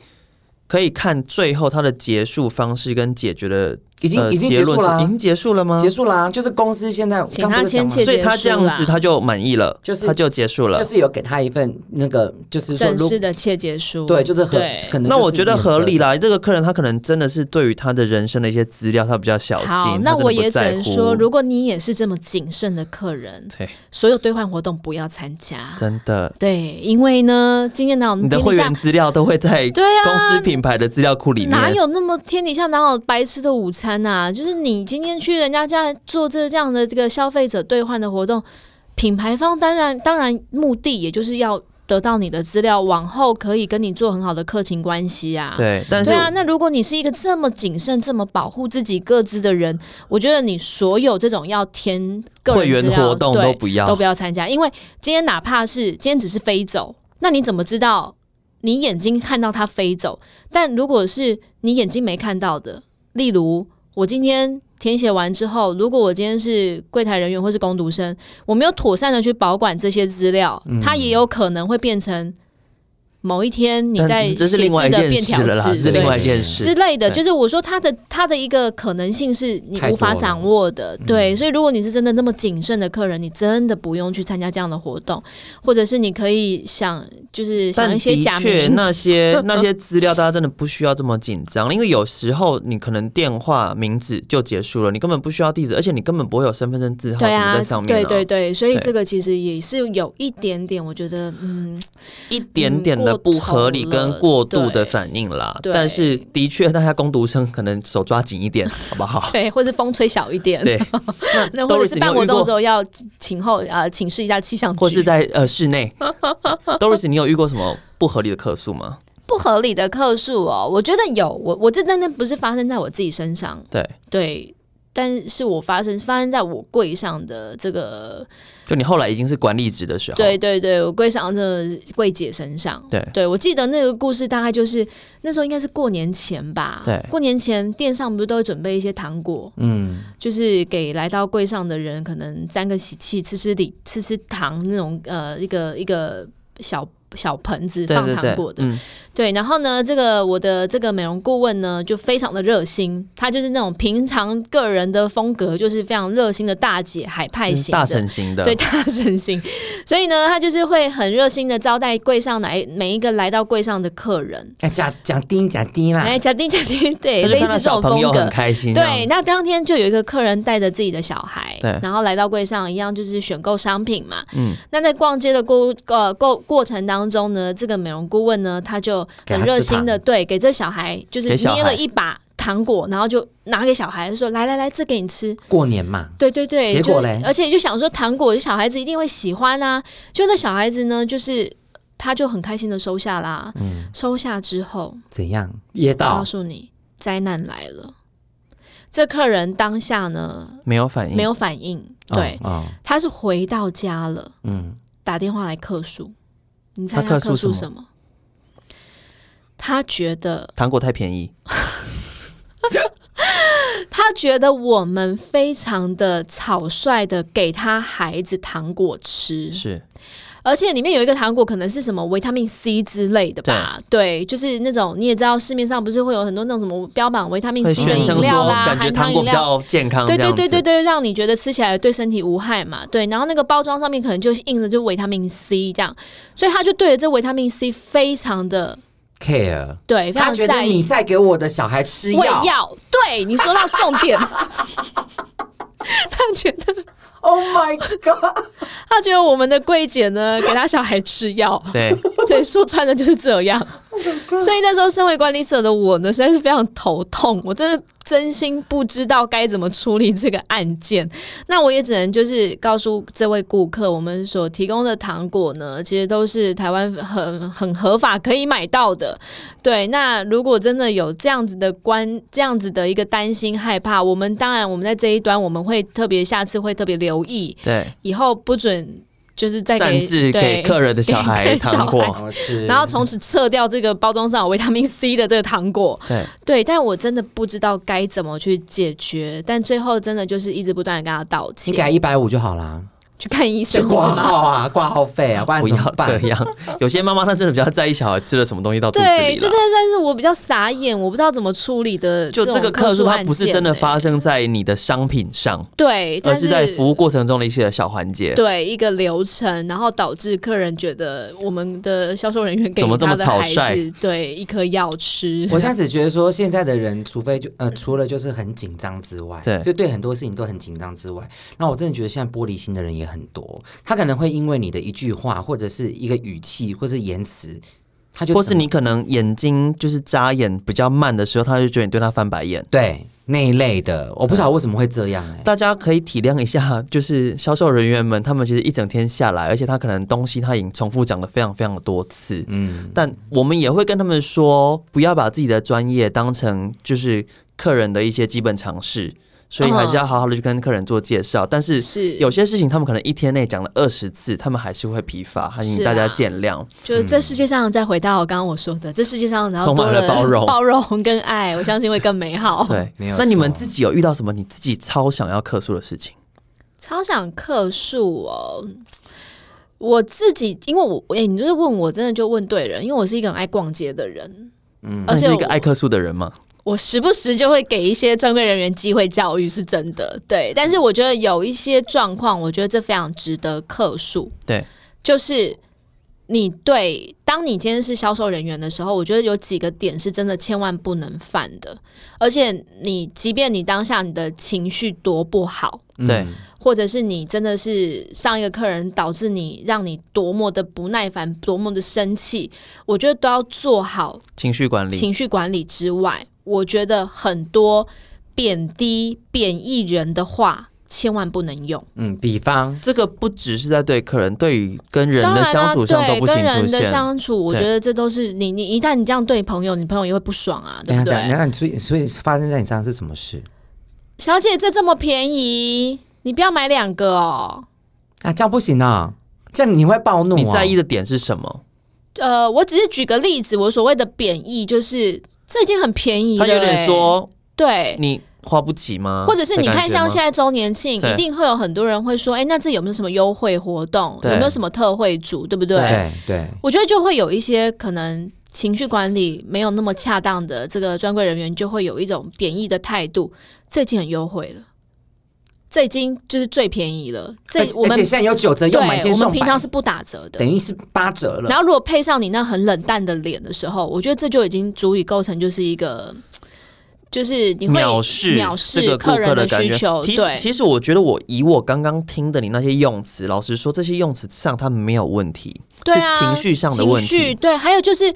可以看最后它的结束方式跟解决的
已经
呃
已经
结
结
论
束
是
啦
已经结束了吗？
结束啦、就是公司现在
请他
刚不是
签
讲吗
切
所以他这样
结束
子
啦
他就满意了，
就是
他就结束了。
就是有给他一份那个，就是说
正
如
式的切结书，
对，就是很
对
可能
那
就是
我觉得
免责
合理
的。
啦，这个客人他可能真的是对于他的人生的一些资料，他比较小
好
心。，
那
他真的
我
不
也只
在
能
乎
说，如果你也是这么谨慎的客人，
对，
所有兑换活动不要参加。
真的，
对，因为呢，今天哪有
你的
天嗯
会
底下
员资料都会在
对啊
公司品牌的资料库里面。
哪有那啊么天底下哪有白吃的午餐呐、就是你今天去人家家做这这样的这个消费者兑换的活动，品牌方当然当然目的也就是要得到你的资料，往后可以跟你做很好的客情关系啊。。
对，但是
对啊，那如果你是一个这么谨慎、这么保护自己各自的人，我觉得你所有这种要填个
会
人资
员
料
活动
对
都不要
都不要参加，因为今天哪怕是今天只是飞走，那你怎么知道你眼睛看到它飞走？但如果是你眼睛没看到的，例如我今天填写完之后，如果我今天是柜台人员或是工读生，我没有妥善的去保管这些资料，
嗯
它也有可能会变成某一天你
但
在
这是
写
另外
字
一
的
件
便条
事了啦，这
纸
是另
对
外一
之
件事。
类的，
对
就是我说它的它的一个可能性是你
太
无法
多了
掌握的，
嗯
对，所以如果你是真的那么谨慎的客人，你真的不用去参加这样的活动，或者是你可以想就是想
但
一些
的
假
确，
名，
那些那些资料，大家真的不需要这么紧张，因为有时候你可能电话、名字就结束了，你根本不需要地址，而且你根本不会有身份证字号
对
什么
啊
在上，面、啊。
对对对，所以
对
这个其实也是有一点点，我觉得 嗯，
一点点的不合理跟过度的反应啦。
对
但是的确，大家攻读生可能手抓紧一点，好不 好？
对，或是风吹小一点，
对，
那或者
Doris，
是
你
办
有遇
活动的
过
时候要请后呃请示一下气象局，
或是在呃室 内。Doris，你有遇过什么不合理的客诉吗？
不合理的客诉哦，我觉得有，我我这真的不是发生在我自己身上，
对，
对，但是我发生发生在我柜上的这个，
就你后来已经是管理职的时候，
对对对，我柜上的柜姐身上。
对
对，我记得那个故事大概就是那时候应该是过年前吧。
对
过年前店上不是都会准备一些糖果，
嗯，
就是给来到柜上的人可能沾个喜气，吃吃礼，吃吃糖那种呃一个一个小小盆子
对
放
对
糖
对
果的。
嗯，
对，然后呢，这个我的这个美容顾问呢，就非常的热心，她就是那种平常个人的风格，就是非常热心的大姐海派
就是
型的
嗯大神型的，
对大神型， 所以呢，她就是会很热心的招待柜上来每一个来到柜上的客人，
哎，讲讲丁讲丁啦，
哎，假定假定，对，
他就
类
看
似
到
这
小
种
朋
风
友很
格。
开心，啊这
对，
样，
那当天就有一个客人带着自己的小孩
对，
然后来到柜上，一样就是选购商品嘛。
嗯，
那在逛街的过呃购过程当当中呢，这个美容顾问呢，他就很热心
给他吃
的
糖
对给这小孩就是
给小孩
捏了一把糖果，然后就拿给小孩就说：“来来来，这给你吃。”
过年嘛，
对对对，
结果
就
嘞
而且就想说糖果小孩子一定会喜欢啊，就那小孩子呢，就是他就很开心的收下啦。收下之后，
怎样噎
我告
到？
诉你，灾难来了。这客人当下呢
没有反应，
没有反应，对，
哦，哦
他是回到家了。
嗯，
打电话来客诉，你猜
他
他
客诉
客诉
什
什么？他觉得，
糖果太便宜，
他觉得我们非常的草率的给他孩子糖果吃，
是
而且里面有一个糖果可能是什么维他命 C 之类的吧？对，就是那种你也知道，市面上不是会有很多那种什么标榜维他命
会
C 的
宣
饮
称
料
说
啦，
感觉
含糖
糖果
饮
比
料
较健康，
对
这
对
样
对
子
对对，让你觉得吃起来对身体无害嘛，对。然后那个包装上面可能就印了就维他命 C 这样，所以他就对着这维他命 C 非常的
care，
对，哎非
他
常
觉得
在
你
意。
在给我的小孩吃
喂
药
药，对你说到重 点，他觉得
o h Oh my god！
他觉得我们的柜姐呢给他小孩吃药，
对
对，说穿了就是这样。所以那时候，身为管理者的我呢，实在是非常头痛，我真的真心不知道该怎么处理这个案件。那我也只能就是告诉这位顾客，我们所提供的糖果呢，其实都是台湾很很合法可以买到的。对，那如果真的有这样子的关，这样子的一个担心害怕，我们当然我们在这一端我们会特别，下次会特别留意，
对，
以后不准。就是再
擅
给
自
对
给客人的小孩
给小孩
糖果，
我吃，
然后从此撤掉这个包装上有维他命 C 的这个糖果。
对，
对，但我真的不知道该怎么去解决，但最后真的就是一直不断的跟他道
你改
歉，
一百五就好啦，
去看医
去
生是
挂
吗？
号啊，挂号费啊，不然
不
怎么
要
办
这？样。有些妈妈她真的比较在意小孩吃了什么东西到肚子
对，
里
这
了。
真的算是我比较傻眼，我不知道怎么处理的
就
这
这个
客
客
诉
诉，
案
它
件
不是真的
欸
发生在你的商品上，
对，
而
但
是在服务过程中的一些小环节。
对一个流程，然后导致客人觉得我们的销售人员给
怎么这么
他的孩
草率
子对一颗药吃，
我现在只觉得说，现在的人，除非就呃，除了就是很紧张之外，
对
就对很多事情都很紧张之外，那我真的觉得现在玻璃心的人也很多。他可能会因为你的一句话，或者是一个语气，或是言辞，他就
或是
整
你可能眼睛就是眨眼比较慢的时候，他就觉得你对他翻白眼。
对那一类的，我不晓得为什么会这样哎、
大家可以体谅一下， 就是销售人员们，他们其实一整天下来，而且他可能东西他已经重复讲了非常非常的多次，
嗯，
但我们也会跟他们说，不要把自己的专业当成就是客人的一些基本常识，所以还是要好好的去跟客人做介
嗯
绍。但是
是
有些事情他们可能一天内讲了二十次，他们还是会疲乏，还
是啊
请大家见谅。
哦
就是这世界上，再回到刚刚我说的，这世界上然后
嗯充
多
满了包容
包容跟爱，我相信会更美好。，
对，
没有
那你们
错
自己有遇到什么你自己超想要客诉的事情？
超想客诉哦。我自己，因为我哎、你就是问我，真的就问对人，因为我是一个很爱逛街的人，嗯，而
那你
且
是一个
我
爱客诉的人吗？
嗯
我时不时就会给一些专柜人员机会教育，是真的，对。但是我觉得有一些状况，我觉得这非常值得客诉，
对，
就是你对，当你今天是销售人员的时候，我觉得有几个点是真的千万不能犯的，而且你即便你当下你的情绪多不好，
嗯
对，
或者是你真的是上一个客人导致你让你多么的不耐烦，多么的生气，我觉得都要做好
情绪管理。
情绪管理之外，我觉得很多贬低、贬义人的话千万不能用。
嗯，比方
这个不只是在对客人，对于跟人
当
的
然啦，
相处上都
对
不行
跟
出
人的
现。
相处，我啊
对
觉得这都是你你一旦你这样对朋友，你朋友也会不爽啊，对
等一
不
下，等一
对？
下，你所以所以发生在你身上是什么事
小姐，这这么便宜，你不要买两个哦。
啊？这样不行啊，这样你会暴怒、哦。
你在意的点是什么？
呃，我只是举个例子，我所谓的贬义就是这已经很便宜了、
他有点
欸，
说
对。
你啊花不起吗？
或者是你看，像现
在
在周年庆，
对
一定会有很多人会说，哎、那这有没有什么优惠活动？有
对
没有什么特惠组，对不对？
对对，
我觉得就会有一些可能情绪管理没有那么恰当的这个专柜人员，就会有一种贬义的态度。这已经很优惠了，这已经就是最便宜了。这
而且
我
而
们
且现在有九折，
对
又满千
我
送
们
百，
平常是不打折的
等。于是八折了。
然后如果配上你那很冷淡的脸的时候，我觉得这就已经足以构成就是一个。就是你会
藐视
藐
这
视
个顾
客人
的感
需
觉。
求，
其实
对，
其实我觉得我以我刚刚听的你那些用词，老实说，这些用词上他们没有问题，
对啊，
是情绪上的问
情绪
题。
对，还有就是，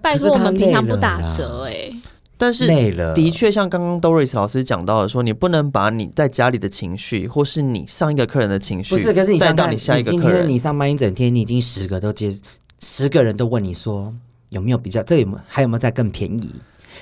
拜
可是
托我
他
们平常
累
不
了
打
啦
折、欸，
但是
累了，
的确，像刚刚 Doris 老师讲到的说，你不能把你在家里的情绪，或是你上一个客人的情绪，
不是。可是你
带
想
到
看，
你下一个
今
客
天
人。
你上班一整天，你已经十个都接，十个人都问你说有没有比较，这有没有还有没有再更便宜？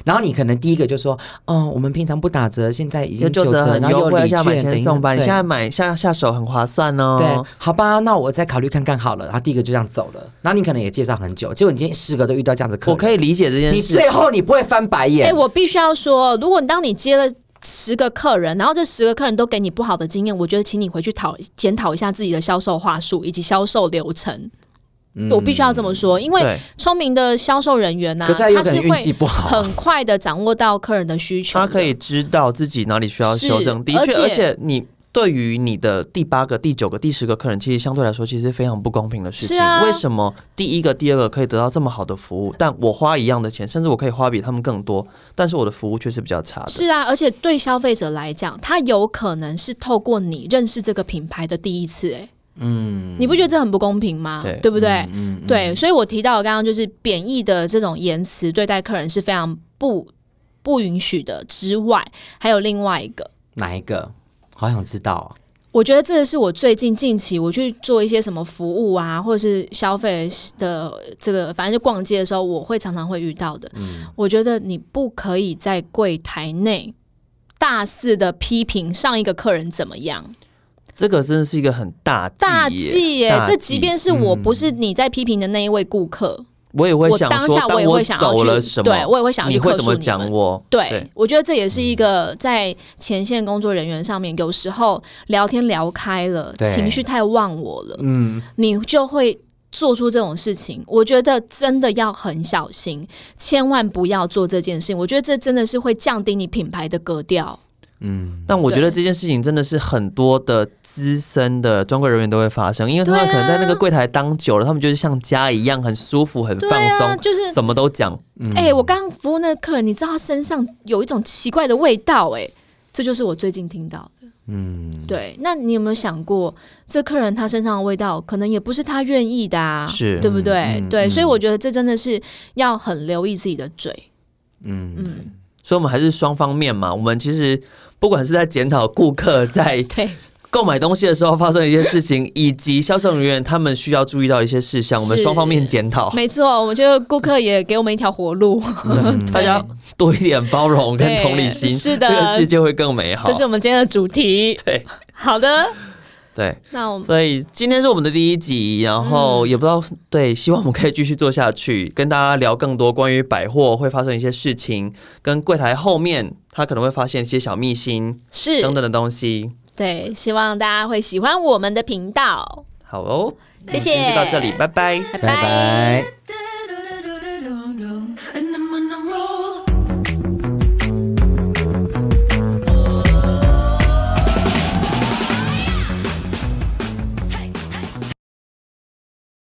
然后你可能第一个就说，哦，我们平常不打折，现在已经
就九折
折，
很
然后
优
又有
惠，
礼
现在买
券，等
先
于
送吧。你
对
现在买下下手很划算
对
哦。，
好吧，那我再考虑看看好了。然后第一个就这样走了，然后你可能也介绍很久，结果你今天十个都遇到这样的客人，
我可以理解这件
你
事
最。后你不会翻白
哎、
眼，
我必须要说，如果当你接了。十个客人，然后这十个客人都给你不好的经验，我觉得请你回去讨检讨一下自己的销售话术以及销售流程。
嗯
我必须要这么说，因为
对，
聪明的销售人员呢、啊
可是他有
他
可
是
能运气
会
不好啊、
很快的掌握到客人的需求
他
的，
可以知道自己哪里需要修正。
是
的
而
确，
且
而且你对于你的第八个、第九个、第十个客人，其实相对来说其实非常不公平的事情。
是啊
为什么第一个、第二个可以得到这么好的服务，但我花一样的钱，甚至我可以花比他们更多，但是我的服务却是比较差的？
是啊，而且对消费者来讲，他有可能是透过你认识这个品牌的第一次、哎，嗯，你不觉得这很不公平吗？
对嗯
不对？对，所以我提到刚刚就是贬义的这种言辞对待客人是非常不不允许的。之外，还有另外一个，
哪一个？好想知道、哦。
我觉得这个是我最近近期我去做一些什么服务啊，或者是消费的这个，反正就逛街的时候，我会常常会遇到的。我觉得你不可以在柜台内大肆的批评上一个客人怎么样，
这个真的是一个很大忌
大
耶
忌耶！
大
这即便是我不是你在批评的那一位顾客，
我也会
我
想
当
说，
下
当
也会想要
走了
去，
什
对
么，
我也会想要
你
去
会
克
怎
诉
么
你
讲
们。
我？
对，我觉得这也是一个在前线工作人员上面，有时候聊天聊开了，
对
情绪太忘我了，
嗯，
你就会做出这种事情。我觉得真的要很小心，千万不要做这件事情。我觉得这真的是会降低你品牌的格调。
但我觉
对
得这件事情真的是很多的资深的专柜人员都会发生，因为他们
对啊
可能在那个柜台当久了，他们就是像家一样，很舒服、很
对
放松，
啊，就是
什么都讲。
哎、我刚刚服务那个客人，你知道他身上有一种奇怪的味道、哎，这就是我最近听到的。嗯，对。那你有没有想过，这客人他身上的味道，可能也不是他愿意的啊，
是
对不对？
嗯嗯
对，
嗯
所以我觉得这真的是要很留意自己的 嘴。
嗯
嗯
所以我们还是双方面嘛。我们其实不管是在检讨顾客在
对，
购买东西的时候发生一些事情，以及销售人员他们需要注意到一些事项，我们
是
双方面检讨。
没错，我觉得顾客也给我们一条活路，
大家多一点包容跟
对
同理心，
是的
这个世界会更美 好
这。是我们今天的主题。
对
好的，
对，
那我们
所以今天是我们的第一集，然后也不知道、对，希望我们可以继续做下去，跟大家聊更多关于百货会发生一些事情，跟柜台后面他可能会发现一些小秘辛
是
等等的东西。
对，希望大家会喜欢我们的频道，
好哦，
谢谢
今天就到这里，拜拜。
拜
拜拜。